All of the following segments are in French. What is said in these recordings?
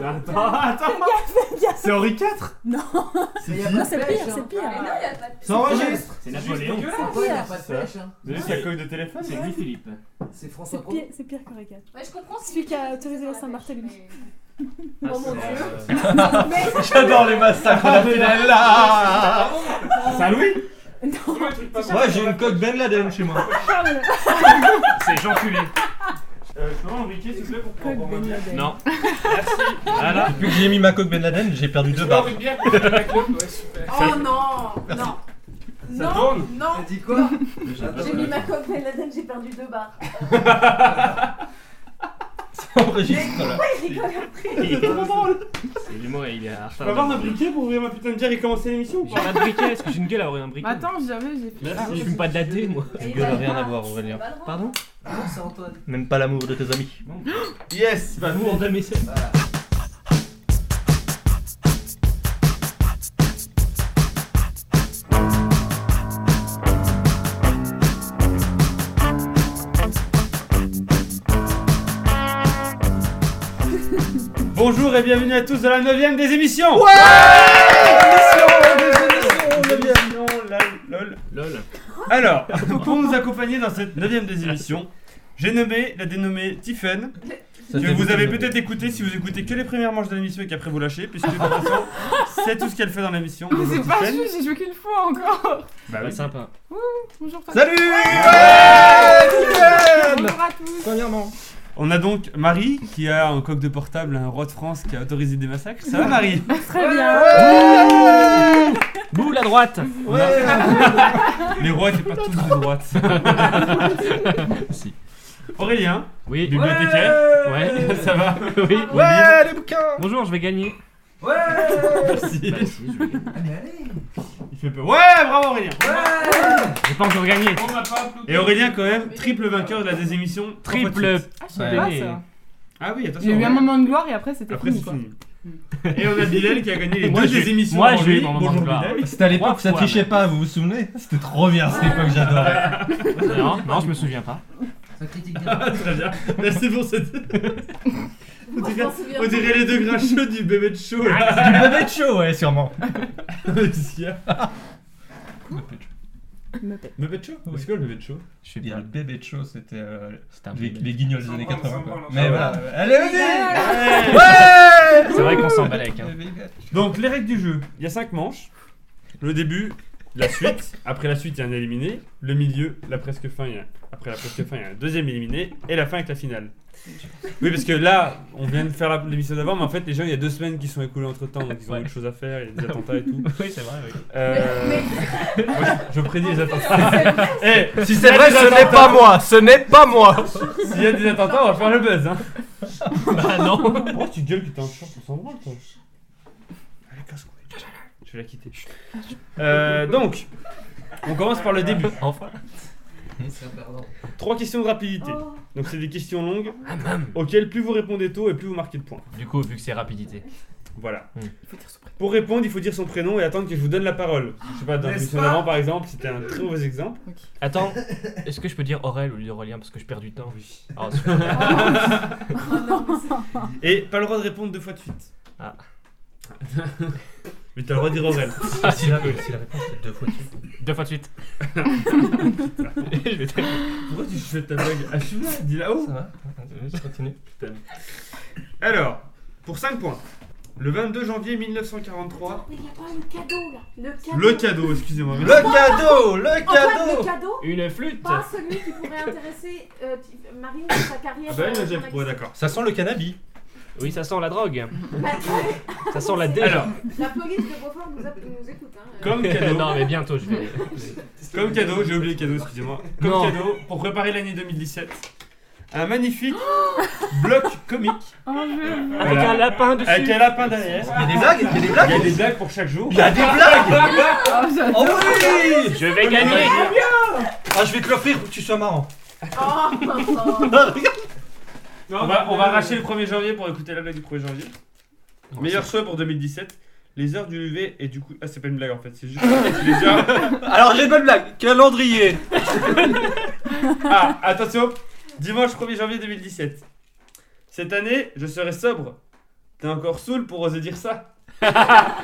Attends, attends Il y a- C'est Henri IV Non, C'est non, c'est le pire, c'est le Ah, Mais non, pire. il a pas de Ça enregistre C'est juste Napoléon. dégueulasse. C'est Pourquoi il n'y a pire. pas de flèche hein C'est juste la coque de téléphone C'est Louis Philippe. C'est François C'est Ier. pire, c'est pire que Regan. Ouais, je comprends. Celui c'est- qui a autorisé c'est la la Saint-Barthélemy. pêche, Ah, Oh mon c'est, Dieu. euh, J'adore les massacres Ah, à la Pinella Saint-Louis Non, Moi j'ai une coque Ben Laden chez moi. Charles. C'est Jean Culé. Euh, Je peux avoir un briquet, s'il vous plaît, pour pouvoir Coq boire ma Ben bière Laden. Non. Merci. Voilà. Depuis que j'ai mis ma coque Ben Laden, j'ai perdu deux barres. une bière Oh non, non. Ça Non, tourne T'as non. dit quoi J'ai mis ma coque Ben Laden, j'ai perdu deux barres. Ça enregistre là. Je rigole après. Il est trop drôle. L'humour, il est à Je peux avoir un briquet pour ouvrir ma putain de bière et commencer l'émission ou J'ai pas Ah, pas de briquet, est-ce que j'ai une gueule à avoir un briquet Attends, jamais j'ai fait. Je fume pas de latte, moi. Et gueule, bah, rien bah, à voir, c'est Aurélien. pas drôle. Pardon Ah Non, c'est Antoine. Même pas l'amour de tes amis. Yes Bah, vous, on dame ça. Voilà. Bonjour et bienvenue à tous dans la 9ème des émissions Des émissions, lol, lol. Lol. Alors, pour nous accompagner dans cette 9ème des émissions, j'ai nommé la dénommée Tiffen, Ça que fait vous beaucoup avez de- peut-être écouté si vous écoutez que les premières manches de l'émission et qu'après vous lâchez, puisque de toute façon, c'est tout ce qu'elle fait dans l'émission. Mais Bonjour, c'est pas Tiffen. juste, j'ai joué qu'une fois encore. Bah Bah, oui. sympa. Bonjour, Fabien. Salut Bonjour à tous. Premièrement. On a donc Marie qui a un coq de portable, un roi de France qui a autorisé des massacres. Ça va Marie Très bien. Ah, Boule à droite Les rois qui pas tous de droite. Si. Aurélien, Oui. bibliothécaire. Ouais, ça va. Oui. Ouais, les bouquins Bonjour, je vais gagner. Ouais Merci. Bah, si, je vais gagner. Allez, allez Il fait peur. Ouais, bravo Aurélien. Ouais J'ai pas encore gagné. Et Aurélien quand même triple vainqueur de la des émissions. trois fois de Triple. suite. Ah, je Ouais. savais pas ça. Ah oui, Il y attention. a eu un Aurélien. moment de gloire et après c'était Après fini c'est quoi. fini. Et on a Bilal qui a gagné les Moi, deux j'ai- des émissions. moi, avant j'ai eu lui. mon moment de Bonjour gloire. Bilal. C'était à l'époque où ça Trois fois, trichait même. pas, vous vous souvenez C'était trop bien cette époque, j'adorais. Non, non, je me souviens pas. Ça critique Ah, très bien. Merci pour cette. On Moi, je dirait, m'en souviens on plus. dirait les deux grincheux du bébé de chaud là. Ah, Du bébé de show, ouais, sûrement. Me pète. Bébé de chaud Oui. C'est quoi le bébé de chaud Je suis Il y a pas. le bébé de show, c'était euh, C'était un les, peu- les guignols des années 80. Quoi. Mais on voilà, allez, vas-y Ouais. Ouais C'est vrai qu'on s'emballe avec. Hein. Donc les règles du jeu, il y a 5 manches. Le début, la suite, après la suite il y a un éliminé, le milieu, la presque fin, il y a... après la presque fin il y a un deuxième éliminé, et la fin avec la finale. Oui parce que là, on vient de faire la- l'émission d'avant, mais en fait les gens il y a deux semaines qui sont écoulées entre temps, donc ils ont Ouais. autre chose à faire, il y a des attentats et tout. Oui, c'est vrai. Oui. Euh, Mais- moi, je, je prédis les attentats. Eh, Si c'est vrai, ce n'est pas moi, ce n'est pas moi s'il y a des attentats, on va faire le buzz. Hein. Bah non. Pourquoi tu gueules que t'es un short On s'en branle toi. Allez, casse-couille. Je vais la quitter. Euh, donc, on commence par le début. Enfin. C'est un perdant. Trois questions de rapidité. Oh. Donc c'est des questions longues auxquelles plus vous répondez tôt et plus vous marquez de points. Du coup, vu que c'est rapidité. Voilà. Mm. Pour répondre, il faut dire son prénom et attendre que je vous donne la parole. Je sais pas, dans N'est-ce l'émission pas d'avant par exemple, c'était un très mauvais exemple. Attends, est-ce que je peux dire Aurel au lieu d'Aurélien parce que je perds du temps Oui. Ah, super. Et pas le droit de répondre deux fois de suite. Ah. Mais t'as le droit de dire Aurel. Ah, si, là, Si la réponse est deux fois de suite. Deux fois de suite. Je vais te- Pourquoi tu fais ta blague Ah, je suis là, dis là-haut. Ça va Je continue. Alors, pour 5 points. Le 22 janvier 1943. Mais il y a pas le cadeau là. Le cadeau. Le cadeau, excusez-moi. Ah Le cadeau Le Antoine, le cadeau cadeau. Une flûte Pas celui qui pourrait intéresser euh, qui- Marine dans sa carrière. Ah bah, il y en a euh, déjà- journaliste. ouais, d'accord. Ça sent le cannabis. Oui, ça sent la drogue. Bah, Ça sent la dé. Alors, La police de Beaufort nous, a- nous écoute. Hein. comme cadeau. non, mais bientôt, je vais. Comme cadeau, j'ai oublié cadeau, excusez-moi. Comme Non. cadeau, pour préparer l'année 2017, un magnifique bloc comique Oh, je veux. Avec un lapin dessus. avec un lapin derrière. Il y a des blagues Il y a des Il y a blagues des blagues pour chaque jour. Il y a des blagues Oh, j'adore. Oh oui Je vais gagner. Ah, je vais te l'offrir pour que tu sois marrant. Oh, Ah On va, on va arracher le 1er janvier pour écouter la blague du 1er janvier. Meilleur choix pour 2017. Les heures du lever et du coup. Ah, c'est pas une blague en fait, c'est juste les heures. Alors, j'ai une bonne blague. Calendrier Ah, attention Dimanche 1er janvier 2017. Cette année, je serai sobre. T'es encore saoul pour oser dire ça Ah,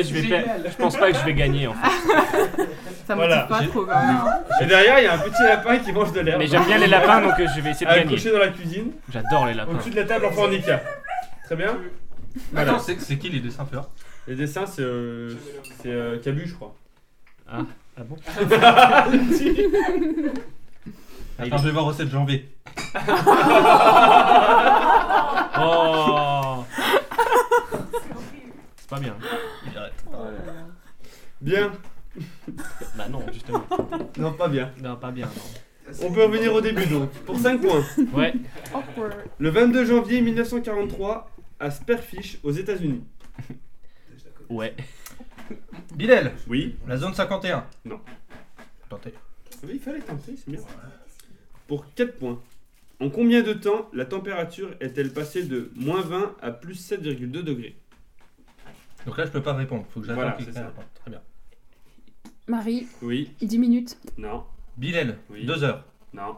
je, vais pa- je pense pas que je vais gagner en fait. Ça me Voilà, motive pas j'ai- trop quand même. Et derrière, il y a un petit lapin qui mange de l'herbe. Mais j'aime bien les lapins donc euh, je vais essayer de Ah, gagner. couché dans la cuisine, J'adore les lapins. au-dessus de la table en fornica. Très bien Attends, c'est c'est qui les dessins fleurs Les dessins, c'est. euh, c'est euh, Cabu, je crois. Ah. Ah bon Attends, je vais voir au 7 janvier. Oh C'est pas bien. Il arrête. Bien Bah non, justement. Non, pas bien. Non, pas bien. non. On peut revenir au début donc. Pour 5 points. Ouais. Awkward. Le 22 janvier 1943, à Spearfish, aux États-Unis. Ouais. Bilal, Oui. la zone 51. Non. Tentez. Oui, il fallait tenter, c'est bien. Pour 4 points. En combien de temps la température est-elle passée de moins 20 à plus 7,2 degrés Donc là, je peux pas répondre. Faut que j'attende Voilà, que quelqu'un c'est ça. réponde. Très bien. Marie, Oui. 10 minutes. Non. Bilal, Oui. 2 heures. Non.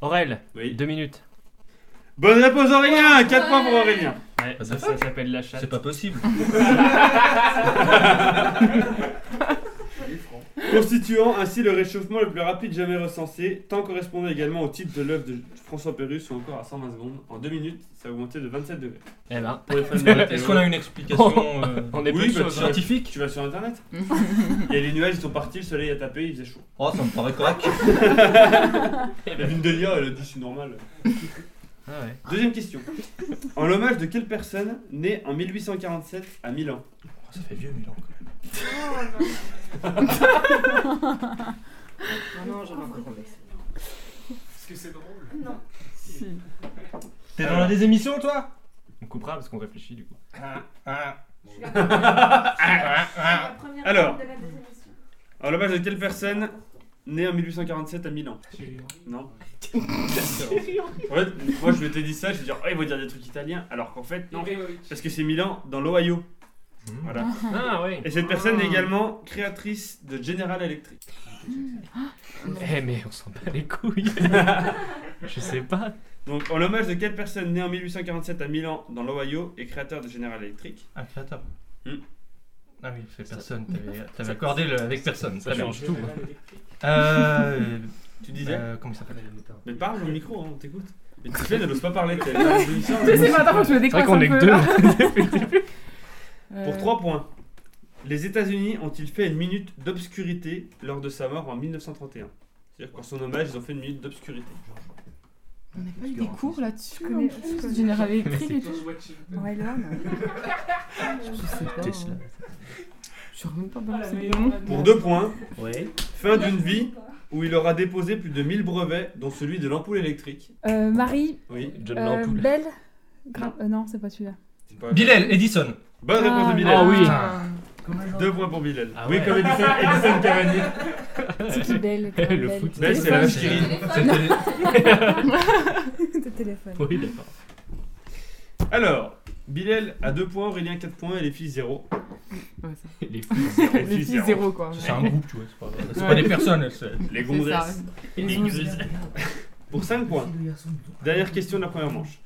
Aurel, Oui. deux minutes. Bonne réponse Aurélien 4 points pour Aurélien Ouais, Bah, ça, ça ça s'appelle la chatte. C'est pas possible. Constituant ainsi le réchauffement le plus rapide jamais recensé, temps correspondant également au titre de l'œuvre de François Pérus ou encore à 120 secondes. En 2 minutes, ça a augmenté de 27 degrés. Eh ben, Pour les fans de la Est-ce théo- qu'on a une explication euh, on est Oui, plus bah, sur tiens. scientifique Tu vas sur internet Il y a les nuages, ils sont partis, le soleil a tapé, il faisait chaud. Oh, ça me paraît correct. La lune de Lia, elle a dit c'est normal. Ah ouais. Deuxième question. En l'hommage de quelle personne née en 1847 à Milan Oh, ça fait vieux, Milan. quand même. Non, non, j'en ai encore envie. Est-ce que c'est drôle T'es dans des émissions, toi Ah On coupera parce qu'on réfléchit du coup. Je suis la première Alors. de la désémission. En l'hommage de quelle personne née en 1847 à Milan Non En fait, moi je m'étais dit ça, je vais dire, oh, ils vont dire des trucs italiens, alors qu'en fait, non. Parce que c'est Milan dans l'Ohio. Mmh. Voilà. Ah ouais. Et cette personne Ah. est également créatrice de General Electric. Eh mais on s'en bat les couilles. je sais pas. Donc, en l'hommage de quelle personne née en 1847 à Milan dans l'Ohio et créateur de General Electric Ah, créateur. Mmh. Hmm. Ah oui, fait personne. T'avais- T'avais accordé le- avec personne. Ça très bien. change tout. hein. Euh. Tu disais euh, comment il s'appelle Mais parle au micro, hein, on t'écoute. Mais Tiffany, elle n'ose pas parler. t'es- t'es- t'es- t'es- Je sais pas, attends, je me C'est vrai décoince qu'on un est que peu. là. deux. hein. Euh. Pour 3 points. Les États-Unis ont-ils fait une minute d'obscurité lors de sa mort en 1931 C'est-à-dire qu'en son hommage, ils ont fait une minute d'obscurité. Euh, On n'a pas eu des cours là-dessus. Non, connais je connais pas. Général électrique et tout. George Washington. Ouais, là, non. Je sais pas. Tesla. Je suis même pas Ah, balancé les noms. Pour 2 points, Ouais. fin d'une vie où il aura déposé plus de 1000 brevets, dont celui de l'ampoule électrique. Euh, Marie, Oui. John euh, Lampoule. Belle. Gra- euh, non, c'est pas celui-là. c'est pas- Bilal, Edison. Bonne réponse de Ah, Bilal. Ah oui. Deux points pour Bilal. Ah Oui, ouais. comme Edison, Edison Cavani. C'est qui Belle Gra- Le Belle foot. Belle, c'est la vache qui rit. Ah C'était- Tes téléphones. Euh, Oui, d'accord. Alors, Bilal a 2 points, Aurélien 4 points et les filles 0. Ouais, ça. Les filles. Les Les filles zéro quoi. C'est un groupe, tu vois. C'est pas, c'est Ouais. pas des personnes. elles se- Les C'est ça. gondresses. Les Les zouzes. zouzes. Pour 5 points. Dernière question de la première manche.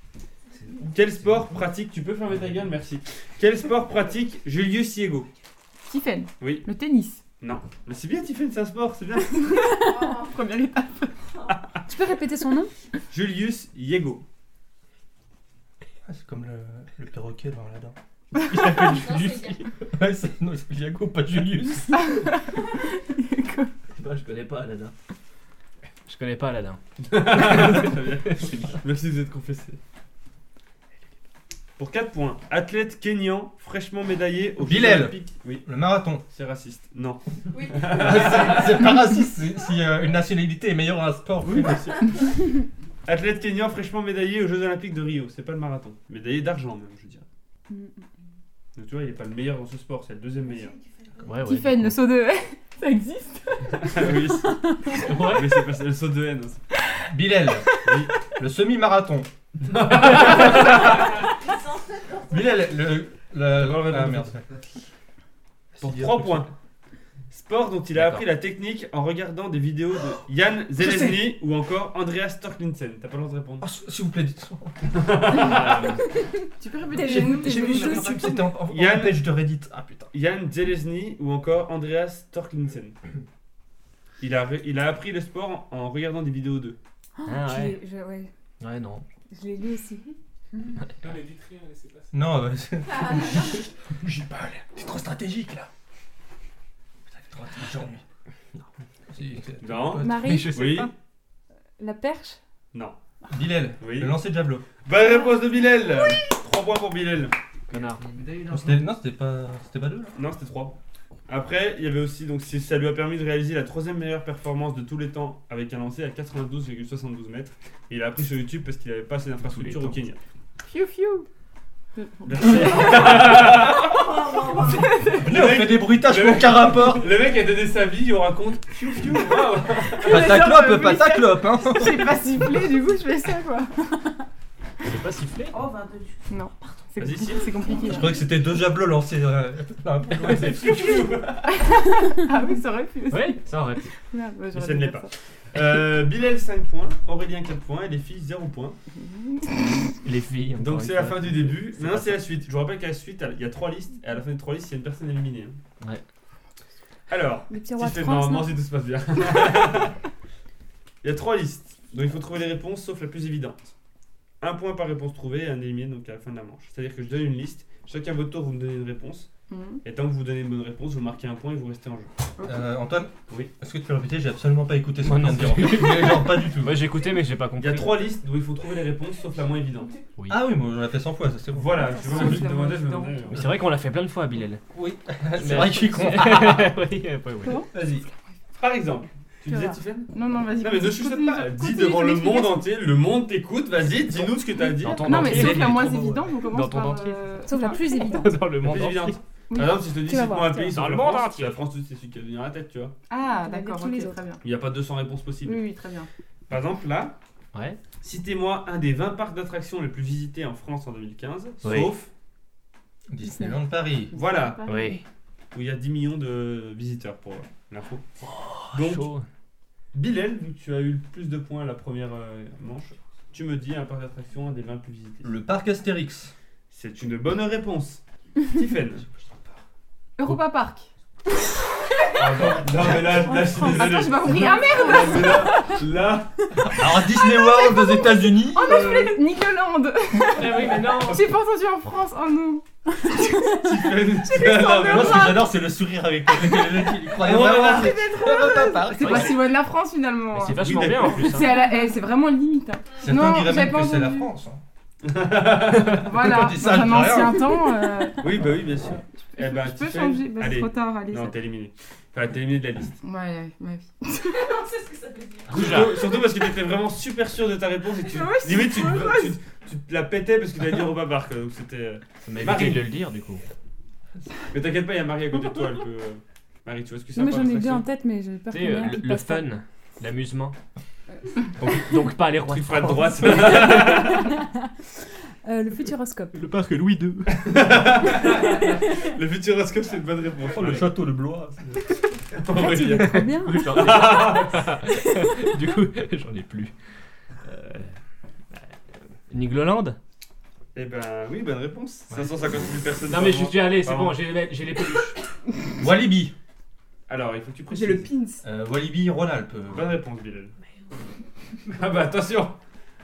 Quel sport pratique Tu peux fermer ta gueule, merci. Quel sport pratique Julius Siego Tiffen, Oui. le tennis. Non. Mais c'est bien, Tiffany, c'est un sport, c'est bien. oh. Première étape. Tu peux répéter son nom Julius Yego. Ah, C'est comme le, le perroquet dans la dent. Non, Julius. c'est bien. Ouais, c'est non, c'est Iago, pas Julius. Je connais pas Aladdin. Je connais pas Aladdin. Merci de vous être confessé. Pour 4 points, athlète kenyan, fraîchement médaillé au Bilal. Oui, Le marathon. c'est raciste. Non. Oui. Ah, c'est c'est pas raciste c'est- si euh, une nationalité est meilleure à un sport. Oui, bien sûr. Athlète kenyan, fraîchement médaillé aux Jeux Olympiques de Rio. C'est pas le marathon. Médaillé d'argent, même, je dirais. Donc tu vois, il est pas le meilleur dans ce sport, c'est le deuxième meilleur. Ouais, ouais. Tiffen, le saut de. Ça existe Ah oui, c'est- Mais c'est pas c'est le saut de haine. aussi. Bilal. Oui. Le semi-marathon. Bilal, le. le- Non, ah, non, merde. Pour Si, 3 un truc points. Sport dont il a D'accord. appris la technique en regardant des vidéos de Yann Zelensky ou encore Andreas Torklinsen. T'as pas le droit de répondre. Oh, s- S'il vous plaît, dites-moi. Tu peux répéter J'ai les mots vu j'ai vu ce sub, c'était en, en, en Yann- page de Reddit. Ah putain. Yann Zelensky ou encore Andreas Torklinsen. Il a, ré- il a appris le sport en, en regardant des vidéos d'eux. Ah, Je ouais. l'ai- je- ouais, ouais, non. je l'ai lu aussi. Non, mais dites rien, laissez passer. Non, bah, c'est- Ah. J'ai pas l'air. T'es trop stratégique là. Putain, t'es trop intelligent lui. Si, c'est- Non. Ah, Mais Marie, je sais Oui. pas. la perche Non. Bilal, Oui. le lancer de javelot. Bonne réponse de Bilal 3 points pour Bilal. Connard. Il y a une médaille Non, d'argent. c'était non, c'était pas, c'était pas deux là. Non, c'était 3. Après, il y avait aussi, donc c'est- ça lui a permis de réaliser la troisième meilleure performance de tous les temps avec un lancer à 92,72 mètres. Et il a appris sur YouTube parce qu'il avait pas assez d'infrastructures au temps. Kenya. Fiu fiu. Merci. Venez, on fait des bruitages pour aucun rapport. Le mec a donné sa vie, on raconte fiou fiou. waouh. Pas ta clope, pas ta clope, hein. J'ai pas sifflé, du coup je fais ça quoi. J'ai pas sifflé Oh, 22 du Non, c'est Vas-y, compliqué. C'est compliqué. hein. Je croyais que c'était deux javelots lancés. euh, là, un peu loin. Ah oui, ça aurait pu. Ouais, ça aurait pu. Merde, bah, j'aurais ça ne dû l'est faire pas. Euh, Bilal 5 points, Aurélien 4 points et les filles 0 points. Les filles. encore Donc une c'est la fois. fin du début. C'est Non, pas c'est la suite. Je vous rappelle qu'à la suite, il y a 3 listes et à la fin des 3 listes, il y a une personne éliminée. hein. Ouais. Alors, Le petit Si roi je de fais- France. hein. non, non non, si tout se passe bien. il y a trois listes, donc il faut trouver les réponses sauf la plus évidente. Un point par réponse trouvée et un éliminé donc à la fin de la manche. C'est-à-dire que je donne une liste, chacun à votre tour vous me donnez une réponse, ça. Mhm. et tant que vous donnez une bonne réponse, vous marquez un point et vous restez en jeu. Euh, Antoine, Oui. est-ce que tu peux répéter J'ai absolument pas écouté ce Moi qu'on non vient de dire. en fait. Genre pas du tout. Moi j'ai écouté, mais j'ai pas Il compris. y a trois listes dont il faut trouver les réponses sauf la moins évidente. Oui. Ah oui, moi on l'a fait 100 fois, ça c'est bon. Voilà, je vous Sauf demandais, je la moins me demandais, je me évidente. demandais. Mais c'est vrai qu'on l'a fait plein de fois, Bilal. Oui, c'est vrai que je suis con. oui, après, oui. Vas-y. Par exemple, tu Tu disais vas. Tiffen Non, non, vas-y. Non mais ne continue, chuchote pas, continue, dis continue, devant le je m'explique. monde hein. entier, le monde t'écoute, vas-y, dis-nous ce que t'as dit. Dans ton Non, mais entier. sauf la est moins trop beau, évidente, on Dans commence ton par. dentier. euh, Sauf la enfin, plus évidente. Dans le La monde plus entier. évidente. Oui. Par exemple, si je te dis Tu vas cite-moi voir, un tu vas pays, voir. sauf Dans la le monde France, entier. La France, tout de suite, c'est celui qui a donné la tête, tu vois. Ah, On a d'accord, tous les ok, autres. très bien. Il n'y a pas 200 réponses Oui, possibles. oui, très bien. Par exemple, là, Ouais. citez-moi un des 20 parcs d'attractions les plus visités en France en 2015, Oui. sauf, Disneyland Paris. voilà, Oui. où il y a 10 millions de visiteurs pour euh, l'info. Donc, Chaud. Bilal, vu que tu as eu le plus de points à la première euh, manche, tu me dis un parc d'attractions, un des 20 plus visités. Le parc Astérix. C'est une bonne réponse. Tiffen. Europa Park. Ah, non, mais là, là, je suis Ah, désolé. Attends, j'ai pas compris. Ah merde Non, mais là, là, Ah Alors Disney World aux États-Unis. Oh non, je voulais Nicoland Ah oui, mais non J'ai pas entendu en France, oh non Tiffen, Ah, non, mais en moi ce que Europe. j'adore c'est le sourire avec les il croyait Oh là là. vraiment c'est- Europa Park. C'est pas si loin de la France finalement Mais hein. c'est vachement Oui, bien en plus. C'est hein. à la... eh, c'est vraiment limite hein. Certains Non, diraient j'ai même pas que c'est la entendu. France. hein. Voilà, Quand tu dis ça, dans un je dis rien. ancien temps, euh, Oui, bah oui, bien sûr. Eh ben, je peux Tiffen, changer, bah, c'est allez. trop tard, allez. Non, ça- t'es éliminé. Enfin, t'es éliminé de la liste. Ouais, ma vie. On sait ce que ça veut dire. Goujat. Surtout, surtout parce que t'étais vraiment super sûr de ta réponse et tu, Ouais, c'est limite, tu, trop tu, tu te la pétais parce que t'avais dit Europa Park. Donc c'était. euh, Ça m'a Marie. évité de le dire du coup. Mais t'inquiète pas, il y a Marie à côté de toi. Elle peut, euh, Marie, tu vois ce que c'est Non, un mais parc j'en ai deux en d'attractions tête, mais j'ai peur Tu qu'il sais, y en ait euh, un le, qui le passe pas. fun, l'amusement. donc, donc pas les rois de Truc pas de France. droite. Euh, le futuroscope. Le parc Louis II. le futuroscope, c'est une bonne réponse. Oh, le château de Blois. Il est trop bien. du coup, j'en ai plus. Euh, Nigloland Et ben oui, bonne réponse. 550 000 personnes. Non mais je par suis allé, c'est Pardon. bon, j'ai les j'ai les peluches. Walibi. mois. Alors, il faut que tu précises. J'ai le pins. Euh, Walibi Rhône-Alpes. Bonne réponse, Bilal. ah bah attention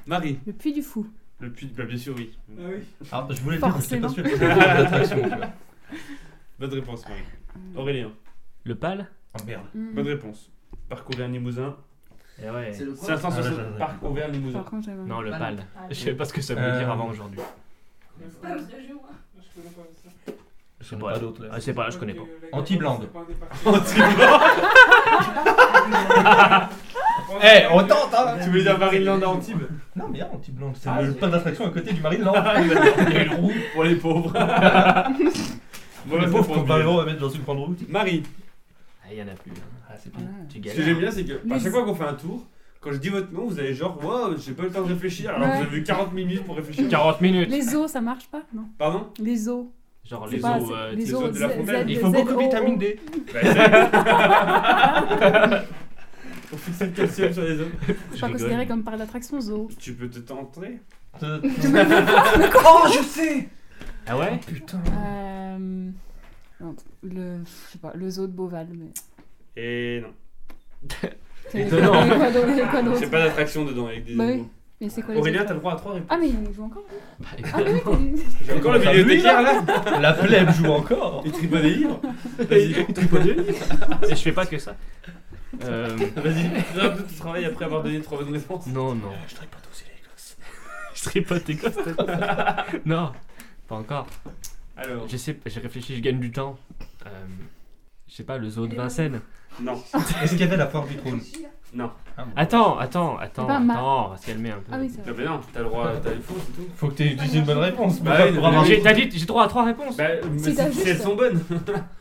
Marie. Le puits du fou. Le puits. Bah bien sûr, oui. Ah oui. Alors je voulais le dire parce que j'étais pas sûr Forcément. que c'était le parc d'attractions, tu vois. Bonne réponse, Marie. Aurélien. Le pal Oh merde. Mm. Hmm. Bonne réponse. Parc Auvergne-Limousin. Eh ouais. C'est le quoi 560 Ah, là, là, là. Parc Auvergne-Limousin. Par contre, j'avais. Non, le pal. Ah, Je sais pas ce que ça veut Euh, dire avant aujourd'hui. Je Ah, vous avez joué, moi. connais pas ça. Je J'en ai pas d'autres, là. Ah, je sais pas, je connais pas. Anti-blinde. Anti-Blande. Eh, on tente hein Tu voulais dire Marie-Land à Antibes Non mais merde, Anti-Blanc, c'est Ah, le oui. parc d'attraction à côté du Marineland. Une roue pour les pauvres. Bon, Les là, pauvres c'est qui pour ont pas Bilal. le droit de mettre dans une grande route. Marie, Ah, il y en a plus. hein. Ah, c'est Ah. bien. Tu ce que j'aime gagnes. bien, c'est que à Les- chaque fois qu'on fait un tour, quand je dis votre nom, vous allez genre, wow, j'ai pas eu le temps de réfléchir. Alors Ouais. vous avez eu 40 minutes pour réfléchir. 40 minutes. Les os, ça marche pas Non. Pardon Les os. Genre C'est les pas- eaux. c'est- euh, les tu- eaux, eaux de la Z- fontaine. Z- Il faut beaucoup Z- de O- vitamine D. Bah, c'est- On fixe le calcium sur les os. Je C'est pas rigole. considéré comme par l'attraction zoo. Tu peux te tenter Oh, je sais Ah ouais Putain. Euh, non, le, je sais pas, le zoo de Beauval, mais. Et non. Étonnant. Il y avait quoi d'autre- il y avait quoi C'est d'autre pas d'attraction dedans avec des Ah Bah oui. animaux. Mais c'est quoi les Aurélien, autres t'as le droit à 3 réponses. Ah, mais il joue encore Ah, mais oui, t'as dit- J'ai encore la Comme ça, bibliothécaire là La plèbe joue encore. Il tripote des livres Vas-y, tripote des livres Je fais pas que ça. Euh, Vas-y, fais un peu de travail après avoir donné 3 bonnes réponses. non, non. Je traite pas aussi les gosses. Je serai pas tes gosses, t'as- Non, pas encore. Alors, Je sais, j'ai réfléchi, je gagne du temps. Euh, je sais pas, le zoo de Vincennes. non, Ah, Est-ce qu'il y avait la foire du trône non. Attends, attends, attends, pas Mar- attends, on va se calmer un peu. Ah, oui, c'est Non, vrai. mais non, t'as le droit, t'as le faux, c'est tout. Faut que tu dises une bonne réponse. mais Bah pas oui, pour mais avoir- oui. Ah J'ai- T'as dit, j'ai droit à trois réponses. Bah, mais t'as si, si juste- elles sont bonnes.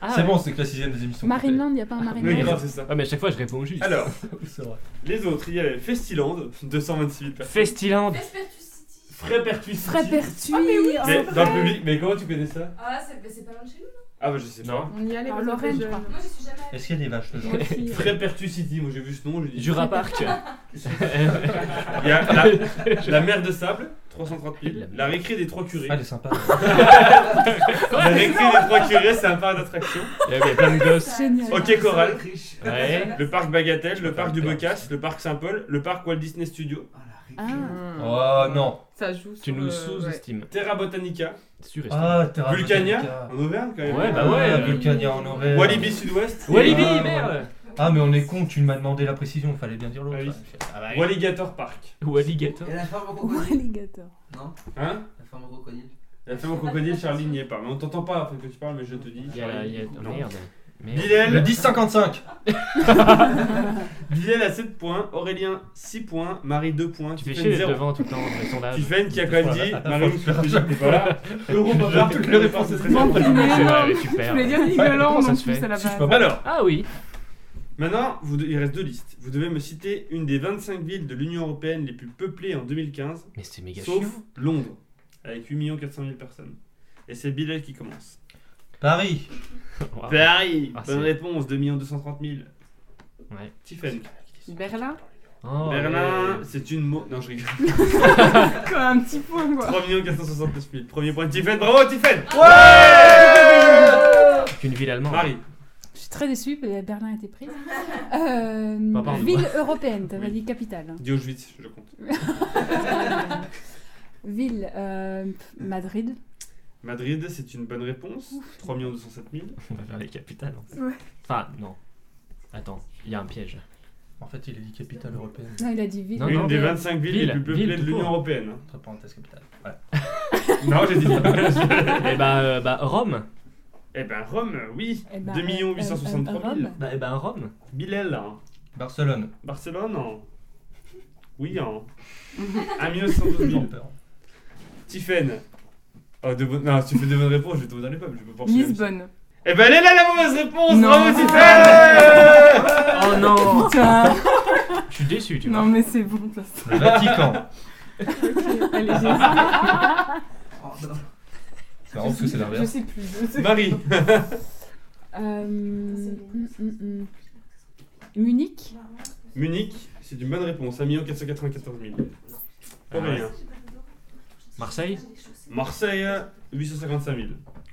Ah, C'est ouais. bon, c'est que la sixième des émissions. Marineland, y a pas un Marineland grave, c'est ça. Ouais, mais à chaque fois, je réponds juste. Alors, C'est vrai. les autres, il y avait Festiland, 226 000 personnes. Festiland. Vespertus City. Frépertus City. Frépertuis Mais dans le public, mais comment tu connais ça Ah, là, c'est- mais c'est pas loin de chez nous. Ah bah je sais pas. On y allait quand Alors, on était Lorraine, je jeunes. crois. Moi, j'y suis jamais allée. Est-ce qu'il y a des vaches dedans Moi aussi. Frépertus City, moi j'ai vu ce nom, j'ai dit. Jura Park. Il y a la, la mer de sable, 330 000. La récré des trois curés. Ah, elle est sympa. La récré des trois curés, c'est un parc d'attractions. Il y a plein de gosses. Génial. Ok Coral. Ouais. Le parc Bagatelle, le parc du Bocas, le parc Saint-Paul, le parc Walt Disney Studio, Ah. Oh non. Ça joue sur Tu Euh, nous le- ouais. sous-estimes. Terra Botanica, Surestime. Ah, Terra Vulcania, Botanica. en Auvergne quand même. Ouais, bah ouais. Ah, Vulcania en Auvergne. Walibi Sud-Ouest, Walibi, Ah, merde. Ah, mais on est con, tu m'as demandé la précision, fallait bien dire l'autre. Ah oui. Ah, bah, Walligator Park. Ou alligator. Et la femme au Ou crocodile alligator. Non, Hein la femme au crocodile. La femme au crocodile, Charlie n'y est pas. Mais on t'entend pas après que tu parles, mais je te dis. Il y a, il y a... oh, Non. merde. Merde. Le Bilal, 10-55 Bilal à 7 points, Aurélien 6 points, Marie 2 points, Tu fais Tiffen chier 0 devant tout le temps dans les sondages. Tiffen qui a quand même dit, Marie, je te dis que t'es pas là. Euro Je papa, toutes les réponses, ce serait c'est bien. bon. C'est vrai, Ah, mais Je super. voulais dire Nigoland Comment ça en se plus fait à la Si, je base. peux pas. Alors, Ah oui. maintenant, vous de- il reste deux listes. Vous devez me citer une des 25 villes de l'Union Européenne les plus peuplées en 2015, Mais c'est méga sauf chiant. Londres, avec 8 400 000 personnes. Et c'est Bilal qui commence. Paris Wow. Paris, Ah, bonne c'est- réponse, 2 230 000. Ouais. Tiffen. Berlin Oh, Berlin, ouais. c'est une mo... Non, je rigole. Quoi, un petit point quoi. 3 469 000. Premier point de Tiffen. Bravo, Tiffen Une ville allemande. Marie. Je suis très déçue, mais Berlin a été prise. Euh, Pas pardon. ville européenne, t'avais Oui. dit capitale. hein. Auschwitz, je compte. Ville, euh, pff, Madrid. Madrid, c'est une bonne réponse. 3 207 000. On va faire les capitales. en fait. Ouais. Enfin, non. Attends, il y a un piège. En fait, il est dit capitale européenne. Non, il a dit ville. Non, Une non, des mais- 25 villes les ville, plus peuplées ville de tout l'Union court. Européenne. hein. Entre parenthèses, capitale. non, j'ai dit ça. Eh bah, euh, bah, Rome. Eh ben, Rome, oui. Eh ben, 2 euh, 863 euh, 000. Rome. Bah, eh ben, Rome. Bilel, hein. Barcelone. Barcelone, hein. Oui, hein. 1 912 J'ai 000. peur. Tiffen. Oh, de bonnes- Non, si tu fais de bonnes réponses, je vais tomber dans les pommes. Je peux pas poursuivre. Lisbonne. Eh ben, elle est là la mauvaise réponse. Non. Bravo, Tiffen Oh non Putain. Je suis déçu, tu vois. Non mais c'est bon. ça. Le Vatican. Allez, j'ai- Oh, non. C'est marrant parce que c'est je l'inverse. sais plus. je sais- Marie. Euh, Ah, mm, mm, mm. Munich. Munich, c'est une bonne réponse. 1 494 000. Aurélien. Marseille Marseille, 855 000.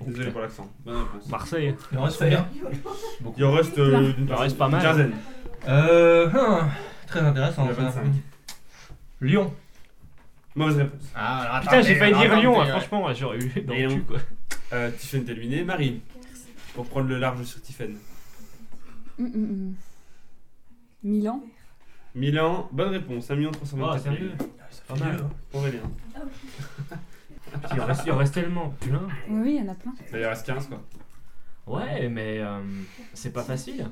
Désolé pour l'accent. Bonne réponse. Marseille. Il en reste combien Il en reste, euh, une Il en reste pas mal. une quinzaine. Euh. hum, Très intéressant. Il y en a ça. 25. Lyon. Mauvaise réponse. Ah, alors, Putain, j'ai failli dire attendez, Lyon, hein, ouais. franchement, j'aurais eu dans Et le non. cul, quoi. Euh, Tiffen t'es éliminé. Marie, pour prendre le large sur Tiffen. Mm, mm, mm. Milan. Milan, bonne réponse. 1 Oh, 324 000. sérieux Pas mal. hein. Aurélien. Il en reste- il en reste tellement, putain. Oui, oui, il y en a plein. Ça, Il en reste 15 quoi. Ouais, mais euh, c'est pas Ah, hein. facile.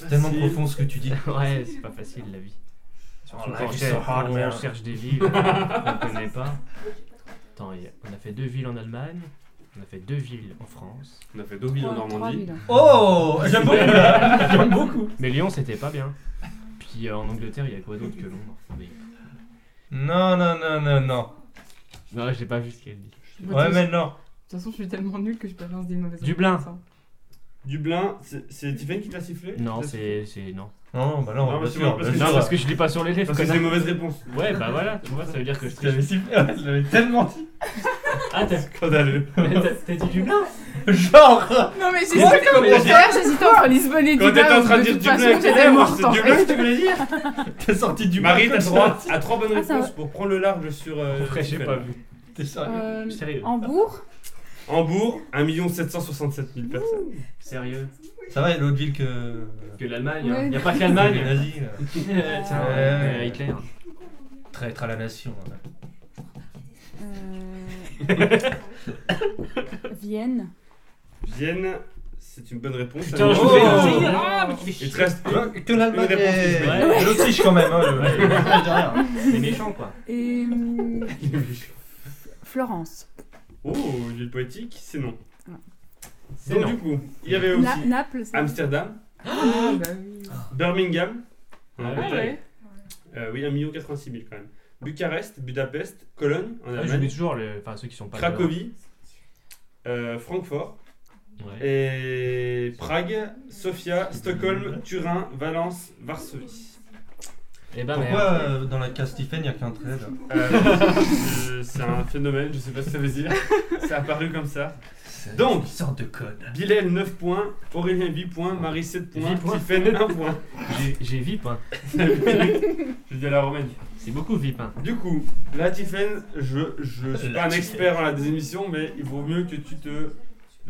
C'est tellement profond ce que tu dis. Ouais, c'est pas facile la vie. Surtout Oh, quand life on, is cherche- so hard, on man. cherche des villes euh, qu'on connaît pas. Attends, il y a- on a fait deux villes en Allemagne, on a fait deux villes en France. On a fait Deauville en Trois- trois Normandie. villes. Oh J'aime beaucoup là J'aime beaucoup Mais Lyon, c'était pas bien. Puis euh, en Angleterre, il y a quoi d'autre que Londres Mais- Non, non, non, non, non. Non, j'ai pas vu ce qu'elle dit. Ouais, mais non. toute façon, je suis tellement nulle que je balance des mauvaises Dublin. réponses, hein. Dublin, c'est- c'est Tiffany qui te l'a sifflé Non, c'est. c'est- Non. Non, bah non, Non, bien parce que- sûr. parce bien que- sûr. Non, parce que je lis pas sur les lèvres, Parce que c'est connard. une mauvaise réponse. Ouais, bah voilà, tu vois, ça veut dire que je Je l'avais triche. sifflé, je l'avais tellement dit. Ah, t'as Scandaleux. t'as- t'as dit Dublin Genre Non, mais Quoi j'hésitais Comment tout à l'heure, j'hésitais entre Lisbonne et Quand Dublin. t'étais en train de dire toute Dublin, façon, avec tes j'étais lèvres, morte. c'est en Dublin fait. que tu voulais dire T'es sorti du Marie, t'as balcon, droit à trois bonnes Ah, ça réponses pour prendre le large sur. euh, Après, j'ai Tiffany. pas vu. T'es sérieux Euh, Sérieux Hambourg Hambourg, 1 767 000 personnes. Sérieux Ça va, l'autre ville que. Que l'Allemagne, Ouais. hein. y a pas que Les l'Allemagne nazis, là. Euh, tiens, Ouais. euh, Hitler. Traître à la nation. hein. Euh, Vienne Vienne, c'est une bonne réponse. Putain, je Oh. vous fais une Oh. Ah, mais tu fais Il te chier. reste Tu vois, Que l'Allemagne Une réponse, et Lisbonne. et l'Autriche quand même. hein, le- Ouais. Je dis rien. T'es méchant, quoi. et hum, Florence. Oh, une ville poétique, c'est non. C'est Donc non. du coup, il y avait Na- aussi Naples, c'est- Amsterdam, Ah, bah oui. Birmingham, Ah en ouais. Italie. Euh, oui, 1 86 000 quand même. Bucarest, Budapest, Cologne, en Ah, Je mets Allemagne, toujours les- enfin, ceux qui sont pas. Cracovie, euh, Francfort, Ouais. et Prague, Sofia, Stockholm, Turin, Valence, Varsovie. Eh ben, Pourquoi merde. euh, dans la case Stephen, il n'y a qu'un trait là Euh, c'est un phénomène, je sais pas ce que ça veut dire. C'est apparu comme ça. Donc. une sorte de code. Bilal 9 points, Aurélien 8 points, Marie 7 points, 8 points. Tiffen 1 point. J'ai- J'ai VIP, hein. Je dis à la romaine. C'est beaucoup VIP, hein. Du coup, là Tiffen, je, je suis La pas un Tiffen. expert en la désémission, mais il vaut mieux que tu te. Là,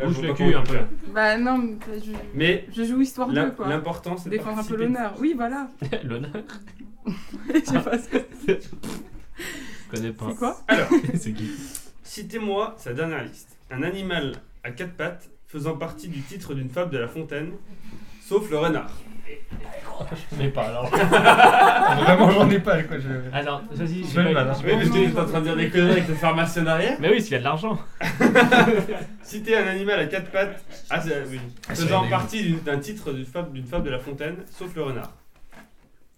je Bouge vois le pas cul comment un tu peu. fais. Bah non, mais je, Mais je joue histoire l'im- d'eux, quoi. l'important c'est de Défendre un peu participer. l'honneur. Oui, voilà. L'honneur, Je sais pas ce que je connais pas. c'est quoi. Alors, C'est qui Citez-moi sa dernière liste. Un animal à quatre pattes faisant partie du titre d'une fable de La Fontaine, sauf le renard. J'en ai pas alors. Ah, Vraiment, j'en ai pas quoi. Je... Alors, vas-y, Je j'ai vais le pas- mal, hein. j'ai Oui, pas mais écouté. j'étais en train de dire des conneries avec le pharmacien derrière. Mais oui, s'il y a de l'argent. Citez un animal à quatre pattes ah, c'est- oui. Ah, c'est faisant vrai. partie d'une- d'un titre d'une fable, d'une fable de La Fontaine, sauf le renard.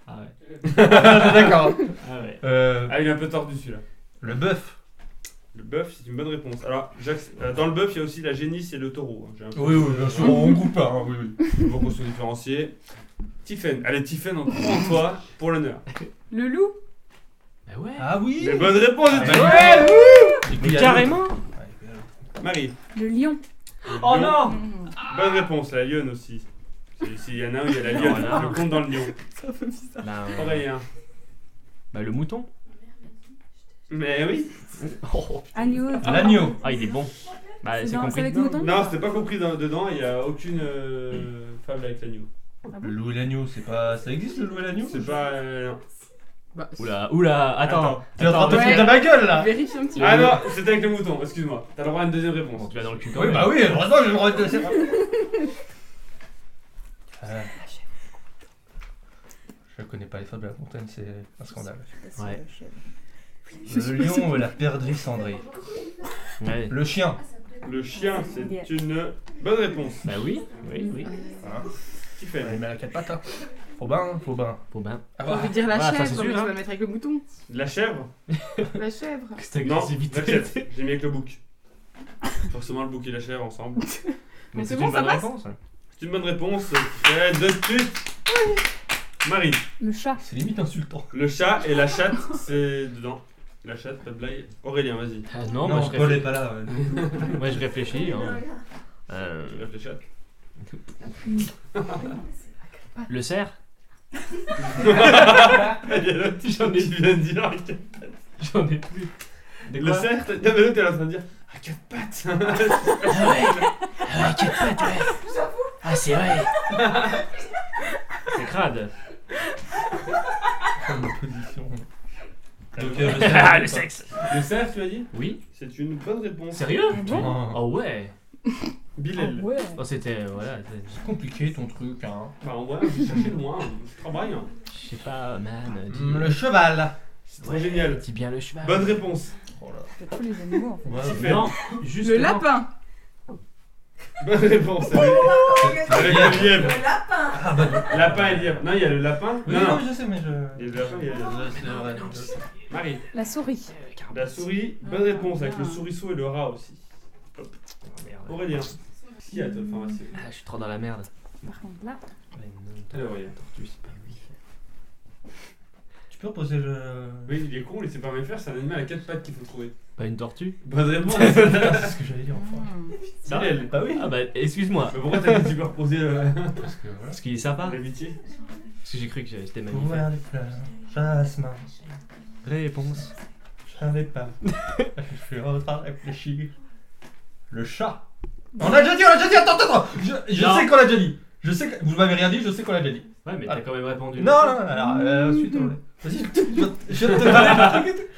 Ah ouais. D'accord. Ah ouais. Euh, Ah, il est un peu tordu celui-là. le bœuf. Le bœuf, c'est une bonne réponse. Alors, j'acc- euh, dans le bœuf, il y a aussi la génisse et le taureau. hein. J'ai un peu- Oui, oui, bien sûr, on coupe pas. hein, oui, oui. Faut qu'on se différencie. Tiffen, allez, Tiffen, on prend Oh. en toi pour l'honneur. Le loup. Bah ouais. Ah oui Les bonnes réponses, Ah, de bah, Tiffen. ouais, Mais il y a carrément. Marie. le Lyon. Oh non. Mmh. Bonne réponse, la lionne aussi. C'est- S'il y en a un, il y a la Non, lionne. là. Le compte dans le hein. lion. C'est un peu bizarre. Bah, euh, Aurélien. bah, le mouton. Mais oui. Agneau. L'agneau. Ah il est bon. Bah C'est c'est dans- compris. c'est avec mouton Non, c'était pas compris dans- dedans. Il n'y a aucune euh, fable avec l'agneau. Le loup et l'agneau, c'est pas. Ça existe le loup et l'agneau C'est pas. euh, non. Bah, Oula, oula, attends. Attends. T'es en train de te Ouais. foutre de ma gueule là Vérifie un petit peu. Ah non, c'était avec le mouton. Excuse-moi. T'as le droit à une deuxième Bon, réponse. tu vas dans le cul quand Oui, même. bah oui, heureusement, j'ai le droit de. Euh, Je connais pas les fables de la fontaine, c'est un scandale. Ouais. Le lion et la perdrix cendrée. Ouais. Le chien. Le chien, c'est une bonne réponse. Bah oui, oui, oui. Il Tiffen. met à quatre pattes. hein. Faut bain, faut bain. Bon ben. Ah, J'ai envie de dire la Ah, ça, chèvre, c'est mais sûr, je hein. vais la mettre avec le bouton. La chèvre La chèvre. Cette Non, agressivité. la chèvre. J'ai mis avec le bouc. Forcément, le bouc et la chèvre ensemble. Mais c'est C'est bon, une ça bonne passe réponse. hein. C'est une bonne réponse. Tiffen, de suite. Marie. Le chat. C'est limite insultant. Le chat et la chatte, c'est dedans. La chatte, pas de blague. Aurélien, vas-y. Ah, non, moi, je Paul est réfléchis. pas là. ouais. moi je réfléchis. hein. Tu Euh, lèves les chattes. Bah, le cerf Il y a l'autre qui vient de dire. J'en ai plus. De Le quoi cerf, t'as- non, mais l'autre, elle est en train de dire. À quatre pattes Ah c'est vrai C'est crade. Comme position. Donc, euh, Ah le sexe Le cerf, tu as dit Oui C'est une bonne réponse. Sérieux Ah bon Oh, Oh ouais Ah Bilal. Ouais. Oh c'était. Voilà. c'est- c'est compliqué ton truc. Hein. Bah, en vrai, j'ai cherché loin. Je travaille. hein. Je sais pas, man. dis- Mm, Le cheval. C'est trop génial. Dis bien le cheval. Bonne réponse. Oh là. C'est tous les animaux. en fait. Ouais, Tiffen. Non, juste. Le lapin. Bonne Oh, réponse. Avec, avec le lièvre. Le lapin Ah bah non. Lapin et lièvre. Non, il y a le lapin. Oui, Non, non. je sais, mais je. Il y a le lapin, il y a le lièvre. Je- c'est vrai. Marie. La souris. Euh, Ah. La souris. Bonne réponse avec le souriceau et le rat aussi. Hop. Aurélien. Qui a toi le pharmacien Ah, je suis trop dans la merde. Par contre, là, Mais non, Allez, Aurélien. tortue, c'est pas Tu peux reposer le. Oui, il est con, il sait pas rien faire, c'est un animal à quatre pattes qu'il faut trouver. Pas une tortue Bonne réponse Mais Ah, C'est ce que j'allais dire, enfin. hmm, Miel. Bah oui. Ah bah, excuse-moi. pourquoi t'as dit que tu peux reposer euh, Parce que voilà. Parce qu'il est sympa. l'amitié Parce que j'ai cru que j'étais Pour magnifique. voir les fleurs, jasmin, Réponse. je savais pas. Ah, je suis en train de réfléchir. Le chat. On l'a déjà dit, on l'a déjà dit, attends, attends, attends. Je, je Non. sais qu'on l'a déjà dit. Je sais que vous m'avez rien dit, je sais qu'on l'a déjà dit. Ouais, mais Ah. t'as quand même répondu. Non, non, non, alors euh, ensuite on Vas-y, je te- je je te donne le truc.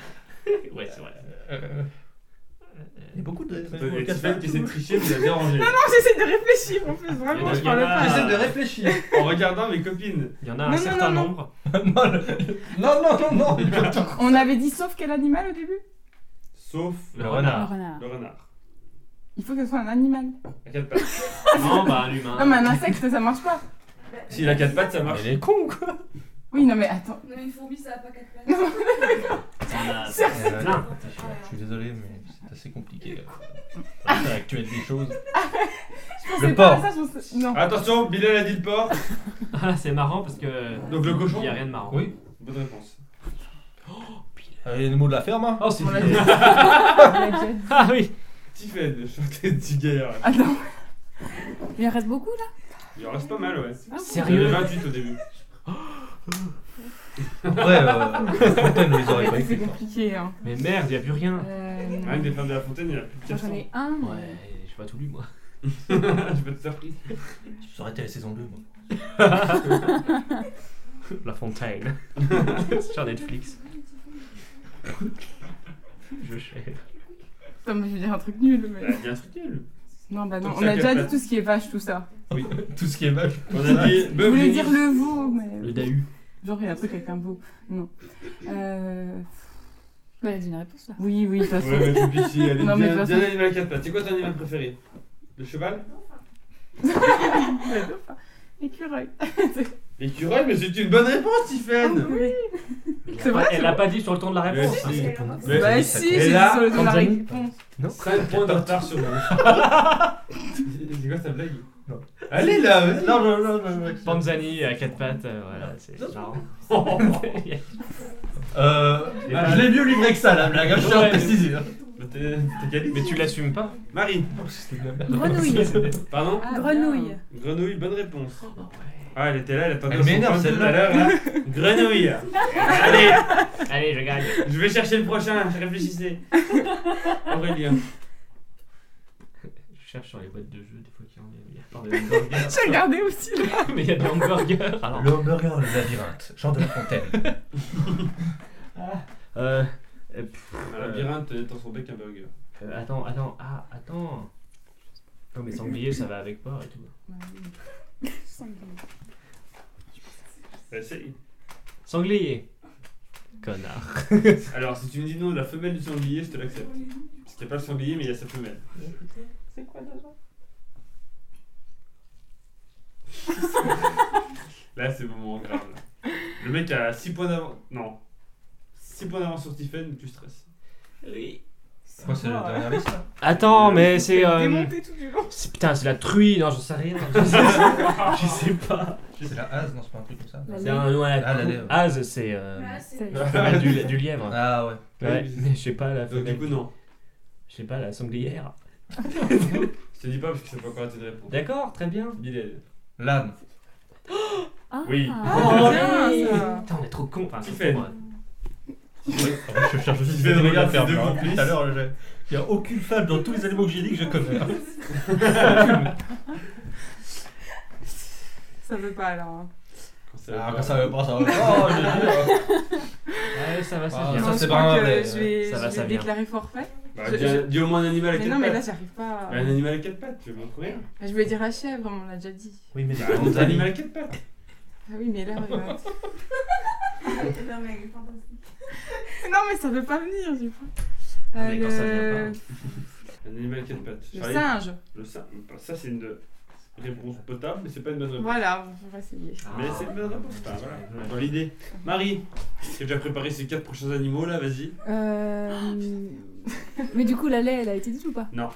Ouais, c'est vrai. Euh, Il y a beaucoup de. Il y a Tiffany qui essaie de tricher, mais il a dérangé. Non, j'essaie de réfléchir en plus, vraiment, Il y en a- je il y en parle a- pas. J'essaie de réfléchir. En regardant mes copines. Il y en a Non, un non, certain non, non. nombre. Non, le- non, non, non, non. il peut- On avait dit sauf quel animal au début Sauf Le renard. Le renard. Le renard. Il faut que ce soit un animal. À quatre pattes. Non, bah, un Non, mais humain. un insecte, ça marche pas. S'il a quatre pattes, ça marche. est con ou quoi Oui, non, mais attends. Non, mais une fourmi, ça a pas quatre pattes. T'en as- Euh, Non. Je suis désolé, mais c'est assez compliqué. euh, Actuel des choses. Je pensais Le pas à porc. ça, je pensais- Non. Attention, Bilal a dit le porc. Ah, c'est marrant parce que. Donc le cochon Il y a rien de marrant. Oui. Bonne réponse. Euh, Les mots de la ferme. hein. Oh, c'est On l'a du- on l'a Ah, déjà dit. Ah oui Tiffany, le chantier de petit gaillard. Attends. Il en reste beaucoup là Il en reste pas mal, ouais. Il y Sérieux en avait 28 au début. Après, euh, Fontaine ne les aurait pas Ouais, C'est écrits. compliqué. Hein. Mais merde, il y a plus rien. Euh, Rien que des femmes de la fontaine, il y en a plus de moi, J'en 400. ai un. mais- Ouais, j'ai pas tout lu moi. Je peux te surprise. Ça aurait été la saison 2, moi. La Fontaine. Sur Netflix. Je sais. Putain, mais je vais dire un truc nul, mais. Bah, il y a un truc nul. Non, bah non. Donc, On ça a déjà capte. dit tout ce qui est vache, tout ça. Oui, tout ce qui est vache. On a dit. Je voulais Beuh, dire le veau, mais. Le Dahu. Genre, Il y a un truc avec un veau. Non. Euh... Bah, dis une réponse là. Oui, oui, de toute façon. Ouais, mais tu pitié, allez, Non, mais de bien, toute bien façon- animal à quatre pattes. C'est quoi ton animal préféré Le cheval Écureuil. L'écureuil, mais c'est une bonne réponse, Tiffen C'est vrai, Elle a pas dit sur le temps de la Ah réponse. Mais si. hein. Mais- Bah si, j'ai Et dit là, sur le ton de la Tanzanie. réponse. Non 5 points de retard sur moi. C'est quoi ta blague Non. Allez là, vas-y Non, non, non, non, non. Panzani à quatre pattes, euh, voilà, c'est marrant. Euh, je l'ai mieux livré que ça, la blague, hein, je tiens à Ouais. préciser. Bah, T'es t'es calé Mais tu l'assumes pas Marie Grenouille. Pardon Ah, Grenouille. Grenouille, bonne réponse. Ah, elle était là, elle attendait Elle m'énerve, point tout à celle-là. l'heure. là. Grenouille Allez, Allez, je gagne. je vais chercher le prochain, réfléchissez. Aurélien. Je cherche sur les boîtes de jeux, des fois qu'il y en a, il y a plein de hamburgers. J'ai regardé aussi. là. Mais il y a des hamburgers. Alors, Le hamburger, le labyrinthe, Jean de la Fontaine. euh, Un labyrinthe est dans son bec un burger. euh, attends, attends, ah, attends. Non, mais sanglier, ça va avec porc et tout. Essaye. Sanglier. Connard. Alors, si tu me dis non de la femelle du sanglier, je te l'accepte. Parce qu'il n'y a pas le sanglier, mais il y a sa femelle. C'est quoi déjà Là, c'est le moment grave. là. Le mec a 6 points d'avance. Non. 6 points d'avance sur Stephen, tu stresses. Oui. Moi, c'est la dernière liste. là. Attends, mais c'est. Euh, Démonté tout du long. c'est- putain, c'est la truie. Non, j'en sais rien. Je sais- je sais pas. C'est la hase, non, c'est pas un truc comme ça. C'est un. Ouais, Ah, la lèvre. Ah, c'est- c'est. euh, Là, c'est- C'est- la femelle du, du lièvre. Ah ouais. Ouais, mais je sais pas la Donc, du femelle. coup, non. Je sais pas la sanglière. Je te dis pas parce que ça peut encore être une réponse. D'accord, très bien. Bilal. L'âne. Ah. Oui. Oh, bien, ça. Putain, on est trop con. Enfin, Qui c'est fait con, ouais. Je cherche juste juste des des mots de la regards ferme, ferme. hein. Tout à l'heure, j'ai- il n'y a aucune fable dans tous les animaux que j'ai dit que je connais. Ah, Ça veut pas alors. hein. Quand ça va Ah, pas. quand ça veut pas, ça veut pas. Oh, j'ai dit, Ouais, ça va, ça Ah, vient. Non, c'est je pas crois un que vrai, je vais, euh, ça va, je ça vais vient. déclarer forfait. Bah, Je- dis, un- dis au moins un animal à Mais quatre non, mais là pattes. j'arrive pas. Bah, Bah, Un animal à quatre pattes, tu veux m'en trouver un Je voulais dire la chèvre, on l'a déjà dit. Oui, mais Bah, Un animal à quatre pattes. Ah oui, mais là. il va- Non, Ah, mais elle est fantastique. non, mais ça veut pas venir, du coup. Euh, Ah, mais quand ça le- vient Un animal à quatre pattes. Le Charlie, singe. Le singe. Bah, Ça, c'est une réponse potable, mais c'est pas une bonne réponse. Voilà, on va essayer. Mais c'est une bonne réponse. Enfin, voilà. Dans l'idée. Marie, tu as déjà préparé ces 4 prochains animaux là, vas-y. Euh... mais du coup, la lait, elle a été dite ou pas Non.